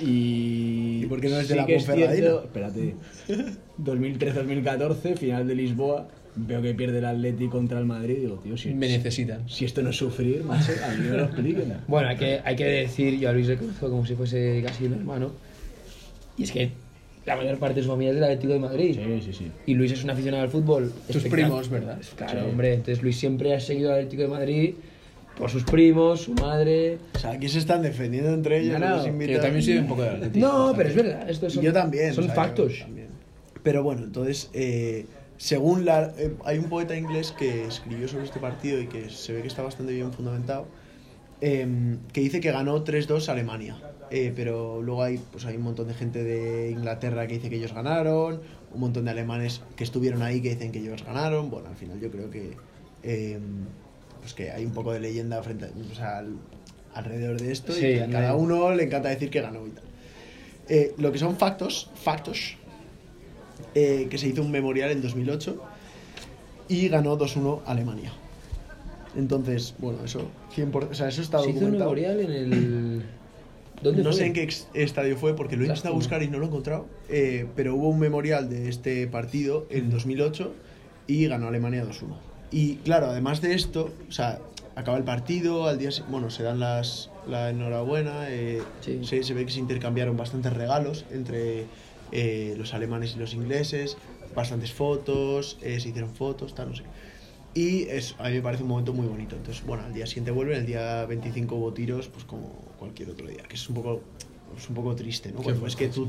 C: y...
B: ¿Y por qué no es de
C: sí
B: la
C: que es
B: Ponferradina?
C: cierto- Espérate. 2013-2014, final de Lisboa, veo que pierde el Atleti contra el Madrid y digo, tío, si,
A: Me necesitan.
C: si esto no es sufrir, macho, a mí no me lo expliquen.
E: Bueno, hay que, hay que decir, yo a Luis le conozco como si fuese casi un hermano, y es que la mayor parte de su familia es del Atlético de Madrid.
C: Sí, sí, sí.
E: Y Luis es un aficionado al fútbol.
A: Tus
E: espectac-
A: primos, ¿verdad?
E: Claro, hombre. Entonces Luis siempre ha seguido al Atlético de Madrid por sus primos, su madre.
B: O sea, aquí se están defendiendo entre ellos.
C: No,
B: no
C: no,
B: los
C: que
A: Que
B: invitan.
A: yo también soy un poco de Atlético.
E: No,
A: bastante.
E: pero es verdad. Esto son,
B: yo también.
E: Son
B: o sea, yo
E: factos.
B: también. Pero bueno, entonces, eh, según la. eh, hay un poeta inglés que escribió sobre este partido y que se ve que está bastante bien fundamentado, em, que dice que ganó 3-2 Alemania. Eh, pero luego hay, pues hay un montón de gente de Inglaterra que dice que ellos ganaron, un montón de alemanes que estuvieron ahí que dicen que ellos ganaron. Bueno, al final yo creo que. em, pues que hay un poco de leyenda frente, a- o sea, al- alrededor de esto
E: Sí,
B: y que a cada
E: alrededor.
B: uno le encanta decir que ganó y tal. Eh, lo que son factos, factos, eh, que se hizo un memorial en 2008 y ganó 2-1 Alemania. Entonces, bueno, eso, 100%, o sea, eso está
E: Se hizo un
B: documentado.
E: memorial en el. ¿Dónde
B: no
E: fue?
B: sé en qué ex- estadio fue porque lo he intentado
E: Lástima.
B: buscar y no lo he encontrado, eh, pero hubo un memorial de este partido en 2008 y ganó Alemania 2-1. Y claro, además de esto, o sea, acaba el partido, al día se- bueno, se dan las la enhorabuena, eh,
E: Sí.
B: se, se ve que se intercambiaron bastantes regalos entre eh, los alemanes y los ingleses, bastantes fotos, eh, se hicieron fotos, tal, no sé. Y es, a mí me parece un momento muy bonito. Entonces, bueno, al día siguiente vuelven, el día 25 hubo tiros, pues como cualquier otro día, que es un poco, es un poco triste, ¿no?
A: Qué
B: Cuando es
A: fuerte,
B: que tú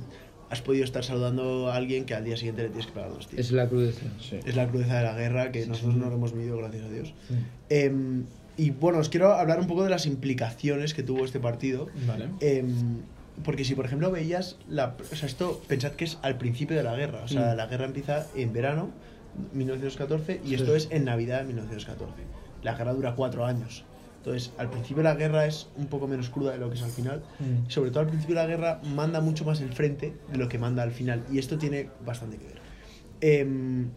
B: has podido estar saludando a alguien que al día siguiente le tienes que pagar dos tiros.
E: Es la crudeza.
C: Sí.
B: Es la crudeza de la guerra que nosotros no lo hemos vivido, gracias a Dios. Em, y bueno, os quiero hablar un poco de las implicaciones que tuvo este partido.
A: Vale.
B: Em, porque si, por ejemplo, veías la... O sea, esto, pensad que es al principio de la guerra. O
A: Mm.
B: sea, la guerra empieza en verano 1914 y esto es en Navidad 1914. La guerra dura cuatro años. Entonces, al principio la guerra es un poco menos cruda de lo que es al final.
A: Mm.
B: Sobre todo al principio la guerra manda mucho más el frente de lo que manda al final. Y esto tiene bastante que ver. Em,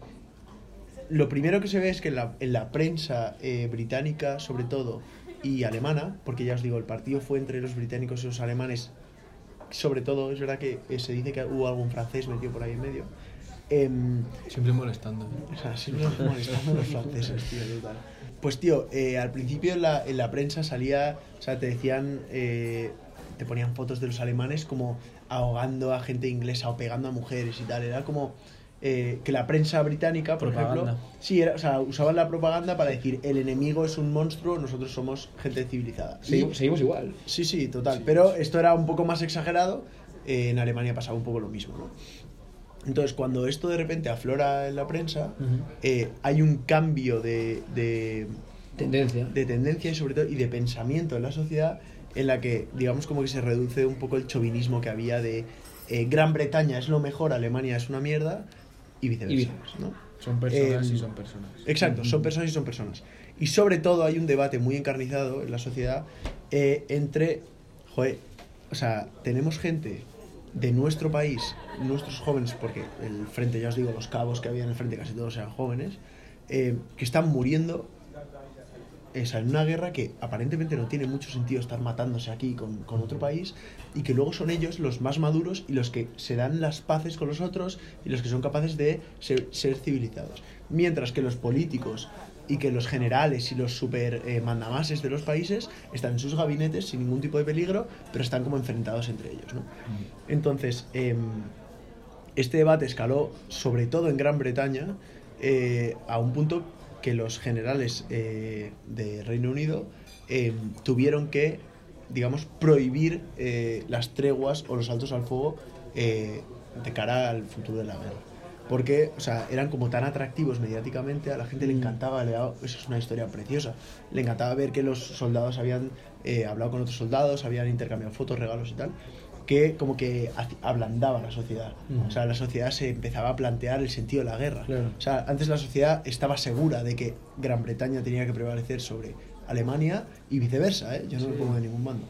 B: lo primero que se ve es que en la, en la prensa eh, británica, sobre todo, y alemana, porque ya os digo, el partido fue entre los británicos y los alemanes, sobre todo, es verdad que eh, se dice que hubo algún francés metido por ahí en medio. Em,
A: Siempre molestando.
B: o sea, siempre nos molestamos los franceses, tío, total. Pues tío, eh, al principio en la, en la prensa salía, o sea, te decían, eh, te ponían fotos de los alemanes como ahogando a gente inglesa o pegando a mujeres y tal. Era como eh, que la prensa británica, por
A: Propaganda.
B: ejemplo, sí, era, o sea, usaban la propaganda para decir el enemigo es un monstruo, nosotros somos gente civilizada. Y-
E: Seguimos, seguimos igual.
B: Sí, sí, total. pero esto era un poco más exagerado. eh, en Alemania pasaba un poco lo mismo, ¿no? Entonces, cuando esto de repente aflora en la prensa, eh, hay un cambio de, de,
E: Tendencia.
B: de tendencia y sobre todo y de pensamiento en la sociedad en la que, digamos, como que se reduce un poco el chauvinismo que había de eh, Gran Bretaña es lo mejor, Alemania es una mierda y viceversa,
E: Y viceversa.
B: ¿no?
A: Son
B: personas
A: personas
B: Em, y
A: y
B: son
A: son personas.
B: Exacto, son personas y son personas. Y sobre todo hay un debate muy encarnizado en la sociedad eh, entre, joder, o sea, tenemos gente de nuestro país, nuestros jóvenes, porque el frente, ya os digo, los cabos que había en el frente casi todos eran jóvenes, eh, que están muriendo o sea, en una guerra que aparentemente no tiene mucho sentido estar matándose aquí con, con otro país y que luego son ellos los más maduros y los que se dan las paces con los otros y los que son capaces de ser, ser civilizados. Mientras que los políticos y que los generales y los super eh, mandamases de los países están en sus gabinetes sin ningún tipo de peligro, pero están como enfrentados entre ellos. ¿no? Entonces, em, este debate escaló, sobre todo en Gran Bretaña, eh, a un punto que los generales eh, de Reino Unido eh, tuvieron que, digamos, prohibir eh, las treguas o los saltos al fuego eh, de cara al futuro de la guerra. Porque, o sea, eran como tan atractivos mediáticamente, a la gente le encantaba, le daba- eso es una historia preciosa, le encantaba ver que los soldados habían eh, hablado con otros soldados, habían intercambiado fotos, regalos y tal, que como que haci- ablandaba la sociedad. O sea, la sociedad se empezaba a plantear el sentido de la guerra.
A: Claro.
B: O sea, antes la sociedad estaba segura de que Gran Bretaña tenía que prevalecer sobre Alemania y viceversa, ¿eh? Yo no me pongo de ningún bando.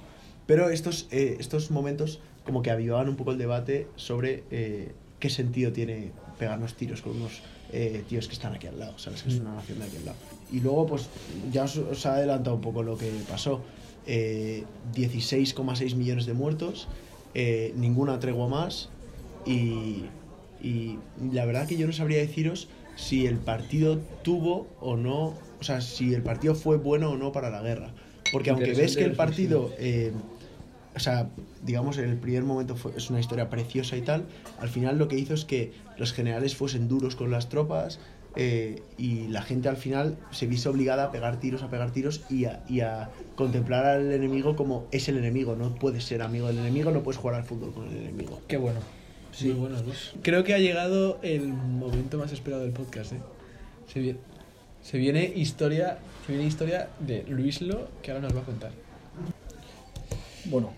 B: Pero estos, eh, estos momentos como que avivaban un poco el debate sobre eh, qué sentido tiene pegarnos tiros con unos eh, tíos que están aquí al lado, ¿sabes? Que es una nación de aquí al lado. Y luego, pues, ya os, os he adelantado un poco lo que pasó. Eh, 16,6 millones de muertos, eh, ninguna tregua más y, y la verdad que yo no sabría deciros si el partido tuvo o no, o sea, si el partido fue bueno o no para la guerra. Porque aunque ves que el partido, eh, o sea, digamos, en el primer momento fue, es una historia preciosa y tal, al final lo que hizo es que los generales fuesen duros con las tropas eh, y la gente al final se viese obligada a pegar tiros, a pegar tiros y a, y a contemplar al enemigo como es el enemigo, no puedes ser amigo del enemigo, no puedes jugar al fútbol con el enemigo.
A: Qué bueno. Muy bueno, Luis. Creo que ha llegado el momento más esperado del podcast, ¿eh? Se viene, se viene historia, se viene historia de Luislo que ahora nos va a contar.
C: Bueno,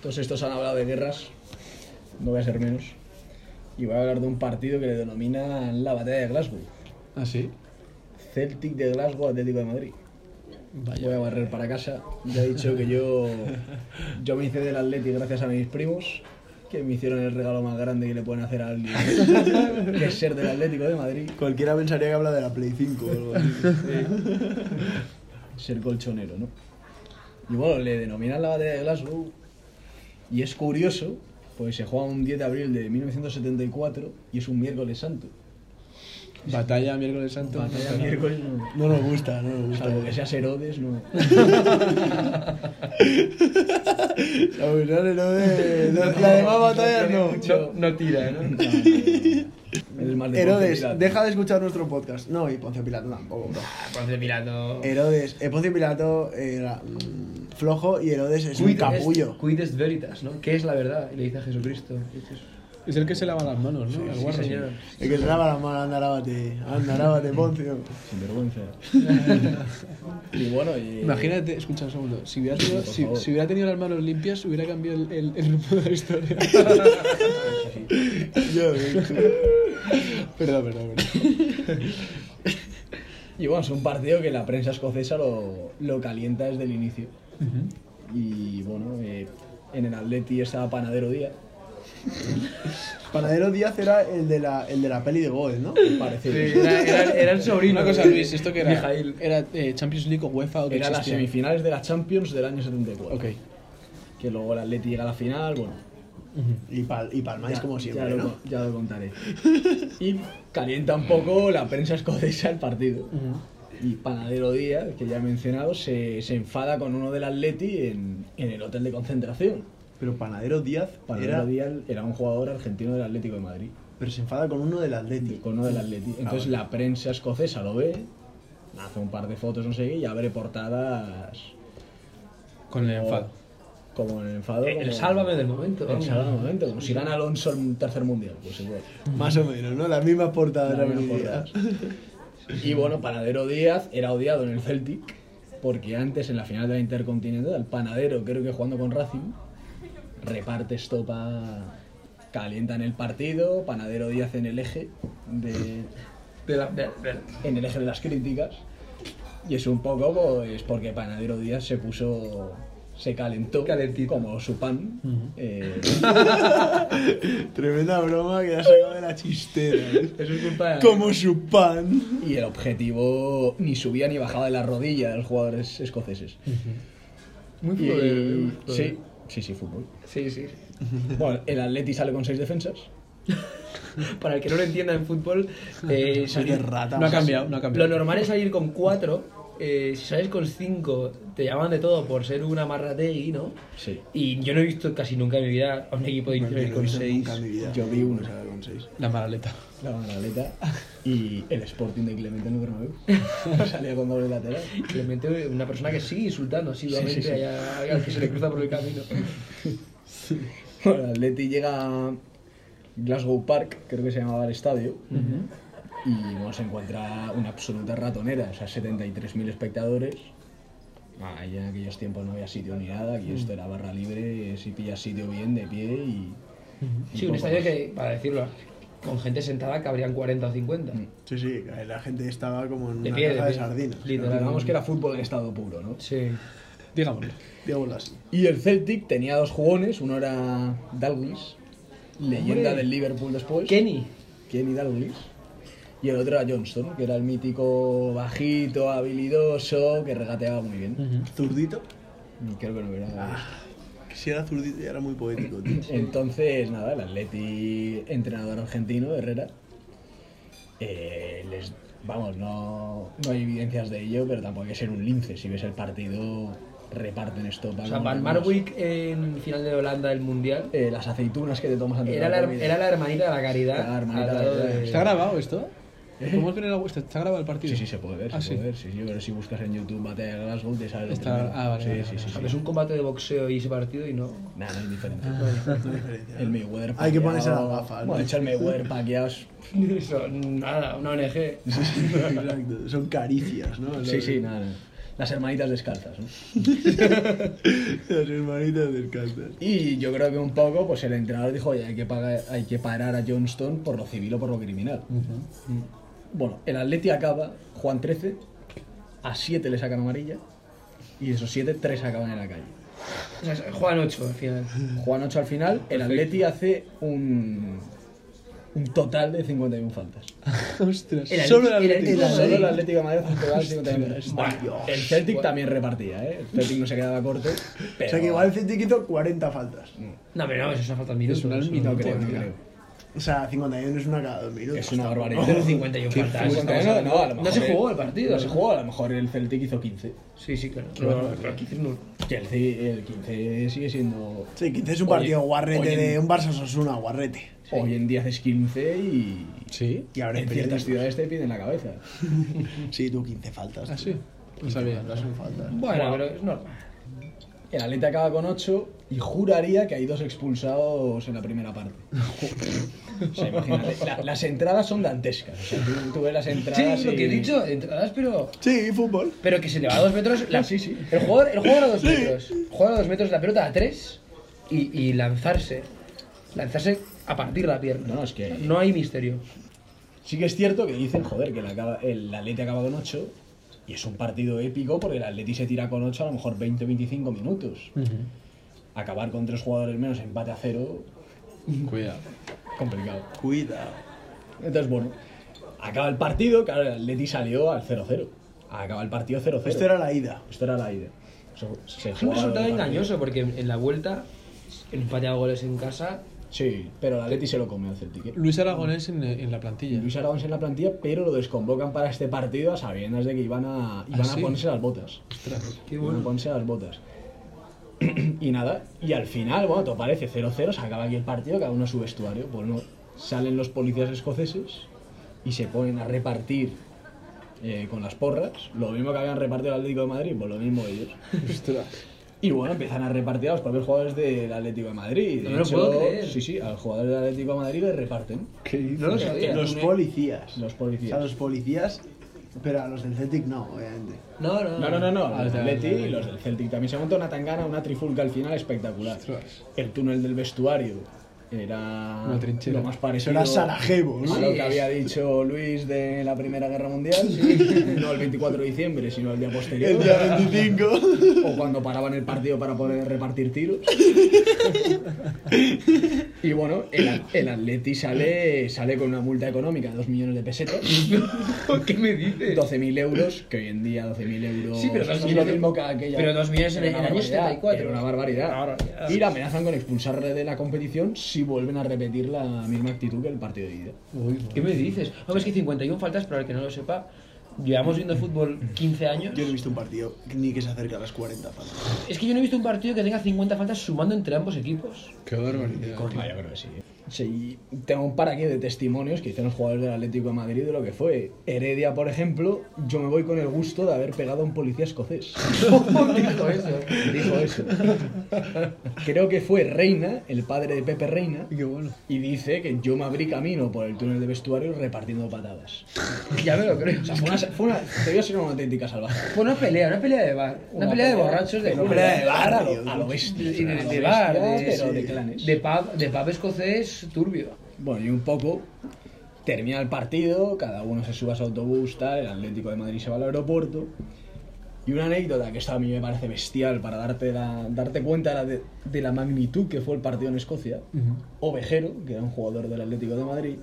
C: todos estos han hablado de guerras, no voy a ser menos. Y voy a hablar de un partido que le denominan la batalla de Glasgow.
A: ¿Ah, sí?
C: Celtic de Glasgow, Atlético de Madrid. Voy a
A: Vaya.
C: barrer para casa. Ya he dicho que yo, yo me hice del Atleti gracias a mis primos, que me hicieron el regalo más grande que le pueden hacer a alguien, que es ser del Atlético de Madrid,
B: Cualquiera pensaría que habla de la Play 5 o algo así.
C: ser colchonero, ¿no? Y bueno, le denominan la batalla de Glasgow. Y es curioso, pues se juega un 10 de abril de 1974 y es un miércoles santo.
A: Batalla miércoles santo.
C: Batalla
A: no,
C: miércoles no.
B: No nos gusta, no nos gusta.
C: Salvo que seas Herodes, no.
B: La verdad es lo de- lo- La
A: Ah,
B: demás batallas
E: tiene
B: no.
E: mucho- no tira, ¿no?
C: Eres más de
B: Herodes,
C: Ponce Pilato. Ah,
B: deja de escuchar nuestro podcast. No, y Poncio Pilato tampoco, bro.
E: Ponce Pilato.
B: Herodes, eh, Poncio Pilato era mm, flojo y Herodes es un
C: este
E: Quid
B: capullo.
E: est- Quid est veritas, ¿no? ¿Qué es la verdad? Y le dice a Jesucristo. Y dices,
A: Es el que se lava las manos, ¿no? El
E: sí,
A: guarro.
E: señor.
B: El que te lava la mano, anda, lávate. Anda, lávate, Poncio.
C: Sin vergüenza. y bueno, y...
A: Imagínate, escucha un segundo, si hubiera tenido,
C: por
A: si,
C: favor.
A: si hubiera tenido las manos limpias, hubiera cambiado el, el- el rumbo de la historia.
B: Yo, eh,
A: perdón, perdón, perdón.
C: Y bueno, es un partido que la prensa escocesa lo, lo calienta desde el inicio. Y bueno, eh, en el Atleti estaba Panadero Díaz,
B: Panadero Díaz era el de la, el de la peli de Goethe, ¿no?
C: parece.
E: Era, era- era el sobrino.
A: Una cosa, Luis, ¿esto que era?
E: Mijail.
A: ¿Era eh, Champions League o UEFA o qué
C: Era las
A: existía?
C: semifinales de la Champions del año 74.
A: Ok.
C: Que luego el Atleti llega a la final, bueno.
B: Y, pal, y palmáis como siempre,
C: Ah, ya,
B: ¿no?
C: lo, ya lo contaré. Y calienta un poco la prensa escocesa el partido. Y Panadero Díaz, que ya he mencionado, se, se enfada con uno del Atleti en, en el hotel de concentración.
B: Pero Panadero Díaz
C: Panadero
B: era...
C: Díaz era un jugador argentino del Atlético de Madrid.
B: Pero se enfada con uno del Atlético.
C: icono del Atleti. Entonces
B: vale.
C: la prensa escocesa lo ve, hace un par de fotos, no sé qué, y abre portadas
A: Con el enfado. Eh,
C: como en el enfado.
E: El,
C: como-
E: sálvame del momento.
C: El sálvame del momento, como si gana Alonso el tercer mundial, pues igual.
B: Más o menos, ¿no? Las mismas portadas.
C: Las
B: las
C: mismas
B: mismas
C: Y bueno, Panadero Díaz era odiado en el Celtic, porque antes en la final de la Intercontinental, Panadero, creo que jugando con Racing, reparte estopa, calientan el partido, Panadero Díaz en el eje de,
E: De la- de- de-
C: en el eje de las críticas. Y es un poco pues porque Panadero Díaz se puso. se calentó
E: Calentito.
C: como su pan. eh,
B: Tremenda broma que ha sacado de la chistera. ¿eh?
E: Eso es culpa de-
B: Como su pan.
C: y el objetivo ni subía ni bajaba de la rodilla de los jugadores escoceses.
E: Muy
C: Y-
E: fútbol, eh, muy fútbol.
C: sí, sí, sí, fútbol.
E: Sí, sí.
C: Bueno, el Atleti sale con seis defensas.
E: Para el que no lo entienda en fútbol, eh, salir-
B: rata.
A: No ha cambiado, no ha
E: lo
A: cambiado.
E: normal es salir con cuatro. eh, si sales con cinco, te llaman de todo por ser una marrategui, ¿no?
C: Sí.
E: Y yo no he visto casi nunca en mi vida a un equipo de
B: Yo no
E: inferiores
B: he
E: con
B: visto
E: seis.
B: nunca en mi vida.
C: Yo vi uno.
B: O sea, con
C: con 6.
A: La malaleta.
C: La Magdaleta y el Sporting de Clemente en el Bernabéu. Salía con doble lateral.
E: Clemente, una persona que sigue insultando
C: Sí,
E: asiduamente
C: sí, sí.
E: allá al que se le cruza por el camino.
C: Bueno, el Atleti llega a Glasgow Park, creo que se llamaba el estadio. Y bueno, se encuentra una absoluta ratonera, o sea, 73.000 espectadores. Allá en aquellos tiempos no había sitio ni nada, aquí esto era barra libre, si pillas sitio bien, de pie y... y
E: Sí,
C: poco
E: un estadio
C: más.
E: que, para decirlo, con gente sentada cabrían 40 o 50.
B: Sí, sí, la gente estaba como en
E: De
B: una
E: pie, de
B: caja de
E: pie.
B: sardinas.
E: Literal.
C: Digamos que era fútbol en estado puro, ¿no?
E: Sí.
A: Digámoslo.
B: Digámoslo así.
C: Y el Celtic tenía dos jugones, uno era Dalglish, leyenda del Liverpool después,
E: Kenny.
C: Kenny Dalglish, y el otro era Johnston, que era el mítico bajito, habilidoso, que regateaba muy bien.
B: Zurdito.
C: Y Creo que no hubiera
B: Ah,
C: Dalglish.
B: Que si era zurdito ya era muy poético, tío.
C: Entonces, nada, el Atleti, entrenador argentino, Herrera, eh, les, vamos, no, no hay evidencias de ello, pero tampoco hay que ser un lince, si ves el partido reparten esto para
E: O sea, Van Marwijk en final de Holanda del Mundial
C: Eh, las aceitunas que te tomas antes de
E: era la,
C: comida.
E: era la hermanita de la
C: Era la
E: caridad.
C: hermanita
E: al
C: de la
E: lado
C: caridad.
A: ¿Está grabado esto?
E: ¿Eh?
A: ¿Podemos ver el- ¿Está grabado el partido?
C: Sí, sí, se puede ver,
A: Ah,
C: se
A: sí.
C: puede ver. Sí, sí, pero si buscas en YouTube Batalla de Glasgow te sale lo
A: Está-
C: primero.
A: ah, vale,
C: Sí,
A: vale,
C: sí,
A: vale,
C: sí, sí.
E: Es un combate de boxeo y ese partido y no.
C: Nada, no es diferente.
B: No hay diferencia.
C: El Mayweather
B: Ah. Hay que
C: Pacquiao-
B: ponerse las gafas, ¿no?
C: Bueno, de hecho, el Mayweather Pacquiao es-
E: Eso, nada, una ONG.
B: Exacto, son caricias, ¿no?
C: Sí, sí, nada, nada. Las hermanitas descalzas, ¿no?
B: Las hermanitas del cáncer.
C: Y yo creo que un poco, pues el entrenador dijo, oye, hay que, pagar- hay que parar a Johnston por lo civil o por lo criminal. Mm. Bueno, el Atleti acaba, Juan 13, a 7 le sacan amarilla, y de esos 7, 3 acaban en la calle.
E: O sea, juegan 8 al final.
C: Juan 8 al final, el Atleti hace un, un total de 51 faltas.
A: Ostras.
E: El
A: Solo el
E: Atleti- el
A: Atlético.
E: Atlético-
C: Solo el Atlético de Madrid hace un total de 51 faltas. Bueno, el Celtic
E: Dios.
C: también repartía, ¿eh? El Celtic no se quedaba corto. Pero...
B: O sea que igual el Celtic hizo 40 faltas.
E: No, pero no, eso es una falta de
A: Es
E: minutos.
A: una
E: eso
C: No
A: minuto.
C: creo, no
A: Tío.
C: creo.
B: O sea, 51 es una cada dos minutos.
C: Es una
E: No,
C: barbaridad.
E: pero 51 faltas.
C: Pues,
E: estamos
C: no,
E: hablando-
C: no, a lo
E: No se
C: mejor
E: jugó
C: el-
E: el partido.
C: No se jugó, a lo mejor el Celtic hizo 15.
E: Sí, sí, claro. No, no, pero 15 no.
C: Que el, C- el 15 sigue siendo.
B: Sí, 15 es un
C: Oye,
B: partido guarrete
C: oye,
B: de un Barça Sosuna, guarrete.
C: Hoy en día haces 15 y.
A: Sí.
B: Y ahora
C: en
B: es
C: ciertas
B: periodismo.
C: ciudades te piden la cabeza.
B: Sí, tú 15 faltas.
A: Ah,
B: tío.
A: sí. No sabía.
B: Faltas son faltas.
E: Bueno, pero es normal.
C: El Atleti acaba con 8 y juraría que hay dos expulsados en la primera parte. o sea, imagínate, la- las entradas son dantescas. O sea, tú, tú ves las entradas.
E: Ah, Sí, lo
C: y-
E: que he dicho, entradas, pero.
B: Sí, fútbol.
E: Pero que se le va a dos metros. La, sí, sí. El jugador, el jugador a dos metros. Jugar a dos metros, la pelota a tres y, y lanzarse. Lanzarse a partir la pierna.
C: No, no, es que-
E: No hay misterio.
C: Sí que es cierto que dicen, joder, que el, acaba- el Atleti acaba con 8 y es un partido épico porque el Atleti se tira con 8 a lo mejor 20-25 minutos. Acabar con tres jugadores menos, empate a cero,
A: Cuidado.
C: complicado.
B: Cuidado.
C: Entonces, bueno, acaba el partido, claro, el Atleti salió al 0-0. Acaba el partido 0-0.
B: Esto era la ida.
C: Esto era la idea. Se- se
E: Es un
C: jugaba
E: resultado
C: el partido.
E: engañoso porque en en la vuelta, empate a goles en casa.
C: Sí, pero el Atleti se lo come al Celtic. ¿eh?
A: Luis Aragonés en, en la plantilla.
C: Luis Aragón en la plantilla, pero lo desconvocan para este partido a sabiendas de que iban a,
E: Ah,
C: iban
A: sí?
C: a ponerse las botas.
A: Ostras.
E: Qué
C: Bueno.
E: bueno.
C: Ponse a las botas. y nada, y al final, bueno, todo parece 0-0, se acaba aquí el partido, cada uno a su vestuario. Bueno, salen los policías escoceses y se ponen a repartir eh, con las porras. Lo mismo que habían repartido el Atlético de Madrid, pues lo mismo ellos.
A: Ostras.
C: Y bueno, empiezan a repartir a los propios jugadores del Atlético de Madrid. De
E: No me lo puedo creer.
C: Sí, sí, a los jugadores del Atlético de Madrid les reparten
B: ¿Qué
E: No lo sabía.
B: Los policías.
C: los
B: O sea,
C: policías.
B: los policías. Pero a los del Celtic no, obviamente.
E: No, no,
C: No, no, no, no.
A: Ah,
C: Los
A: ya,
C: del Atleti
A: ya, ya.
C: y los del Celtic también se montó una tangana, una trifulca al final espectacular.
A: Ostras.
C: El túnel del vestuario era
A: Una trinchera.
C: lo más parecido
B: Era Sarajevo,
C: a
B: ¿no?
C: lo que había dicho Luis de la Primera Guerra Mundial, no el 24 de diciembre, sino el día
B: El
C: posterior,
B: día 25.
C: o cuando paraban el partido para poder repartir tiros. Y bueno, el, el Atleti sale, sale con una multa económica de 2 millones de pesetas.
E: ¿Qué me dices?
C: 12.000 euros, que hoy en día 12.000 euros
E: Sí, pero dos
C: es lo
E: millones-
C: mismo que aquella.
E: pero dos millones en
C: Era
E: el
C: una
E: año
C: barbaridad,
E: 74.
C: Era una barbaridad.
E: Ahora, ya.
C: Y la amenazan con expulsarle de la competición si vuelven a repetir la misma actitud que el partido de ida.
A: Uy,
E: ¿Qué me dices? No, es que 51 faltas, para el que no lo sepa, llevamos viendo fútbol 15 años.
B: Yo no he visto un partido ni que se acerque a las 40 faltas.
E: Es que yo no he visto un partido que tenga 50 faltas sumando entre ambos equipos.
A: Qué barbaridad. tío.
C: Ah, yo creo que sí. Sí, y tengo un paraqué de testimonios que hicieron los jugadores del Atlético de Madrid de lo que fue. Heredia, por ejemplo, yo me voy con el gusto de haber pegado a un policía escocés.
E: Dijo eso.
C: Dijo eso. Creo que fue Reina, el padre de Pepe Reina,
A: Qué bueno.
C: y dice que yo me abrí camino por el túnel de vestuario repartiendo patadas.
E: Ya me lo creo.
C: O sea, fue una, fue una- te voy a ser una auténtica salvaje.
E: Fue una pelea, una pelea de bar. Una, pelea, de borrachos de
C: Una pelea de bar, a lo- a lo bestia,
E: Y de,
C: a lo
E: de bar, de,
C: bestia, pero de clanes.
E: de pub, de pub escocés turbio.
C: Bueno, y un poco termina el partido, cada uno se sube a su autobús, tal, el Atlético de Madrid se va al aeropuerto. Y una anécdota que esta a mí me parece bestial para darte, la- darte cuenta de, la de- de la magnitud que fue el partido en Escocia. Ovejero, que era un jugador del Atlético de Madrid,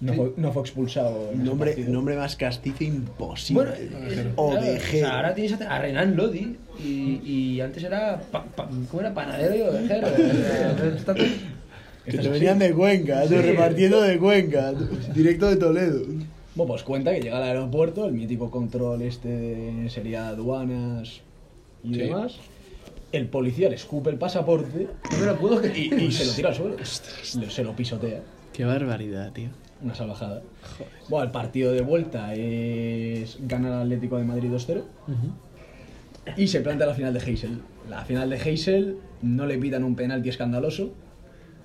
C: no, fue, no fue expulsado. En ese
B: Nombre,
C: partido.
B: nombre más castizo imposible.
E: Bueno, eh, claro, o
B: Ovejero.
E: sea, ahora tienes a, a Renan Lodi y, y antes era, pa- pa- ¿cómo era? Panadero y ovejero. O sea, está todo-
B: Que
C: Esto es
B: te
C: así.
B: venían de Cuenca, tú,
E: Sí.
B: repartiendo de Cuenca, tú, directo de Toledo.
C: Bueno, pues cuenta que llega al aeropuerto, el mítico control este de- sería aduanas y
A: Sí.
C: demás. El policía le escupe el pasaporte
E: No me lo puedo creer.
C: y, y se lo tira al suelo. Le- se lo pisotea.
B: Qué barbaridad, tío.
C: Una salvajada. Bueno, el partido de vuelta es gana el Atlético de Madrid 2-0. Y se plantea la final de Heysel. La final de Heysel no le pitan un penalti escandaloso.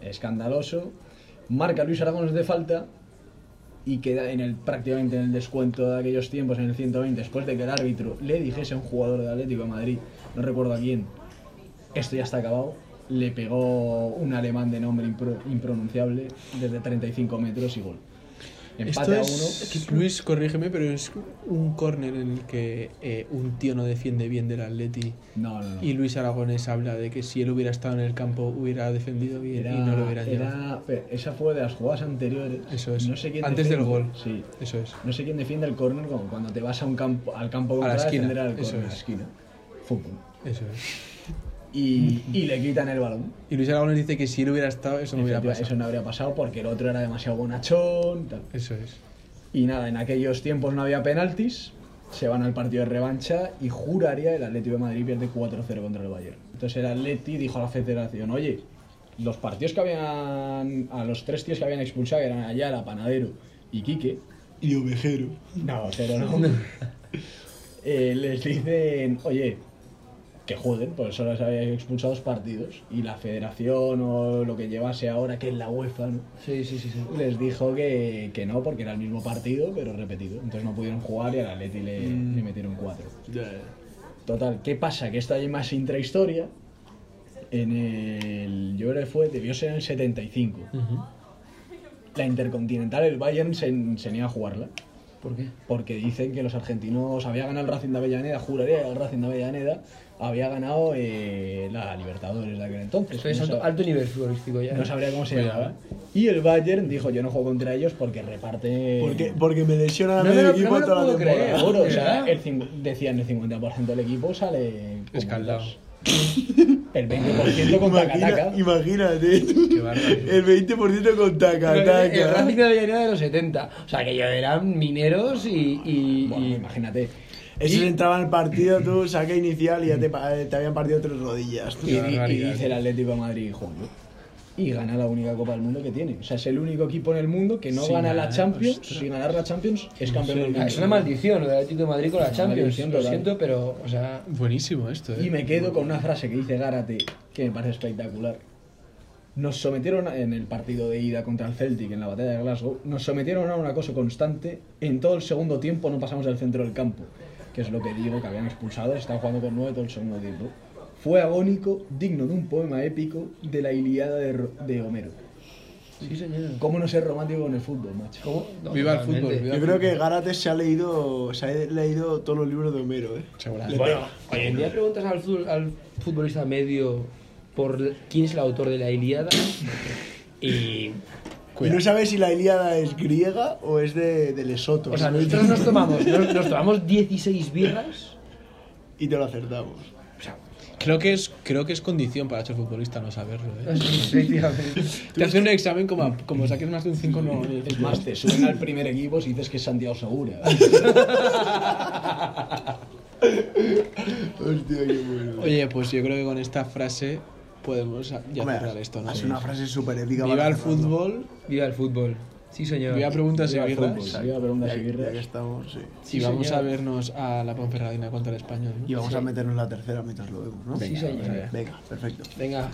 C: Escandaloso. Marca Luis Aragón de falta. Y queda en el, prácticamente en el descuento de aquellos tiempos, en el 120, después de que el árbitro le dijese a un jugador del Atlético de Madrid, no recuerdo a quién, esto ya está acabado. Le pegó un alemán de nombre impro- impronunciable desde 35 metros y gol.
A: Esto
C: Empate a
A: es, Luis, corrígeme, pero es un córner en el que eh, un tío no defiende bien del Atleti
C: uno. No, no, no.
A: y Luis Aragones habla de que si él hubiera estado en el campo hubiera defendido bien
C: Era,
A: y no lo hubiera
C: era-
A: llevado.
C: pero esa fue de las jugadas anteriores.
A: Eso es.
C: No sé quién
A: Antes
C: defiende-
A: del gol.
C: Sí.
A: Eso es.
C: No sé quién defiende el córner como cuando te vas a un campo, al
A: A
C: campo
A: la
C: contrario
A: esquina,
C: defender al
A: eso
C: córner, a la
A: es.
C: esquina. Fútbol.
A: Eso es.
C: Y, y le quitan el balón.
A: Y Luis Aragones dice que si él hubiera estado, eso no hubiera
C: Efectiva-
A: pasado.
C: Eso no habría pasado porque el otro era demasiado bonachón. tal.
A: Eso es.
C: Y nada, en aquellos tiempos no había penaltis. Se van al partido de revancha y juraría el Atlético de Madrid pierde 4-0 contra el Bayern. Entonces el Atleti dijo a la federación, oye, los partidos que habían, a los tres tíos que habían expulsado, que eran Ayala, Panadero y Quique,
B: Y ovejero.
C: no, pero no, Eh, les dicen, oye, que jueguen, pues solo les habían expulsado dos partidos y la federación o lo que llevase ahora, que es la UEFA, ¿no?
E: Sí, sí, sí. sí.
C: Les dijo que, que no, porque era el mismo partido, pero repetido. Entonces no pudieron jugar y al Atleti le,
E: Mm.
C: le metieron cuatro. Total, ¿qué pasa? Que esta hay más intrahistoria. En el. Yo creo que fue. Debió ser en el 75. La Intercontinental, el Bayern se, se niega a jugarla.
E: ¿Por qué?
C: Porque dicen que los argentinos había ganado el Racing de Avellaneda, juraría que el Racing de Avellaneda había ganado eh, la Libertadores de aquel entonces.
E: Esto es
C: No
E: alto,
C: sab-
E: alto nivel futbolístico ya. ¿eh?
C: no sabría cómo se llamaba.
A: eh.
C: Y el Bayern dijo, yo no juego contra ellos porque reparte...
B: Porque, porque me lesionan a
E: No me
B: medio
E: lo- no
B: equipo
E: me lo
B: toda la
E: puedo creer.
B: temporada.
C: Seguro, o sea,
E: ¿Verdad?
C: el cincu- decían el 50% del equipo sale... con
A: Escaldado.
C: botas. El 20% con
B: Imagina-
C: taca
B: imagínate, tú,
A: Qué barbaridad.
B: el 20% con taca,
E: Pero El, el Racing
B: taca.
E: de Avellaneda de los 70. O sea, que ya eran mineros y. y,
C: Bueno,
E: y-
C: imagínate.
B: Esos entraban al partido, tú, saque inicial y ya te, pa- eh, te habían partido tres rodillas. tú.
C: Y, di- y
A: Pues barbaridad.
C: dice el Atlético de Madrid, joder. Y gana la única Copa del Mundo que tiene. O sea, es el único equipo en el mundo que no
A: Sin
C: gana la
A: ganar,
C: Champions.
A: ostras.
C: Si ganar la Champions es campeón del
E: Ah,
C: mundo.
E: es una maldición lo del Atlético de Madrid con la
C: Es una
E: Champions.
C: maldición
E: Lo
C: total.
E: siento, pero. O sea.
A: Buenísimo esto, ¿eh?
C: Y me quedo con una frase que dice Gárate, que me parece espectacular. Nos sometieron a- en el partido de ida contra el Celtic en la batalla de Glasgow, nos sometieron a un acoso constante. En todo el segundo tiempo no pasamos del centro del campo, que es lo que digo que habían expulsado, estaban jugando con nueve todo el segundo tiempo. Fue agónico, digno de un poema épico de la Ilíada de, Ro- de Homero.
E: Sí, señor.
C: ¿Cómo no ser romántico con el fútbol, macho?
E: ¿Cómo? No,
A: Viva el
E: totalmente.
A: fútbol, viva.
B: Yo creo que Gárate se ha leído, se ha leído todos los libros de Homero, eh.
A: Seguramente.
E: Bueno, hoy en día preguntas al, fut- al futbolista medio por l- quién es el autor de la Ilíada y...
B: Y no sabes si la Ilíada es griega o es de, de Lesoto.
E: O sea, nosotros nos tomamos, nos, nos tomamos 16 birras.
B: Y te lo acertamos.
A: Creo que es, creo que es condición para ser futbolista no saberlo, ¿eh?
E: Efectivamente.
A: Te hacen un examen como, a- como saques más de un 5 no.
C: Es más, te suben al primer equipo si dices que es Santiago Segura.
B: Hostia, qué bueno.
A: Oye, pues yo creo que con esta frase podemos ya
B: Hombre,
A: cerrar esto, ¿no?
B: Es una frase súper épica.
A: Viva
B: para
A: el
B: cerrarlo.
A: fútbol,
E: Viva el fútbol. Sí, señor.
A: viva preguntas y
C: Viva el fútbol,
A: birras.
C: viva preguntas
B: Ya,
C: y
B: ya que
C: birras.
B: estamos, sí.
A: y vamos
E: señor.
A: a vernos a la Ponferradina contra el español. ¿no?
B: Y vamos a meternos la tercera mientras lo vemos, ¿no?
E: Sí, señor.
B: Venga, perfecto.
E: Venga,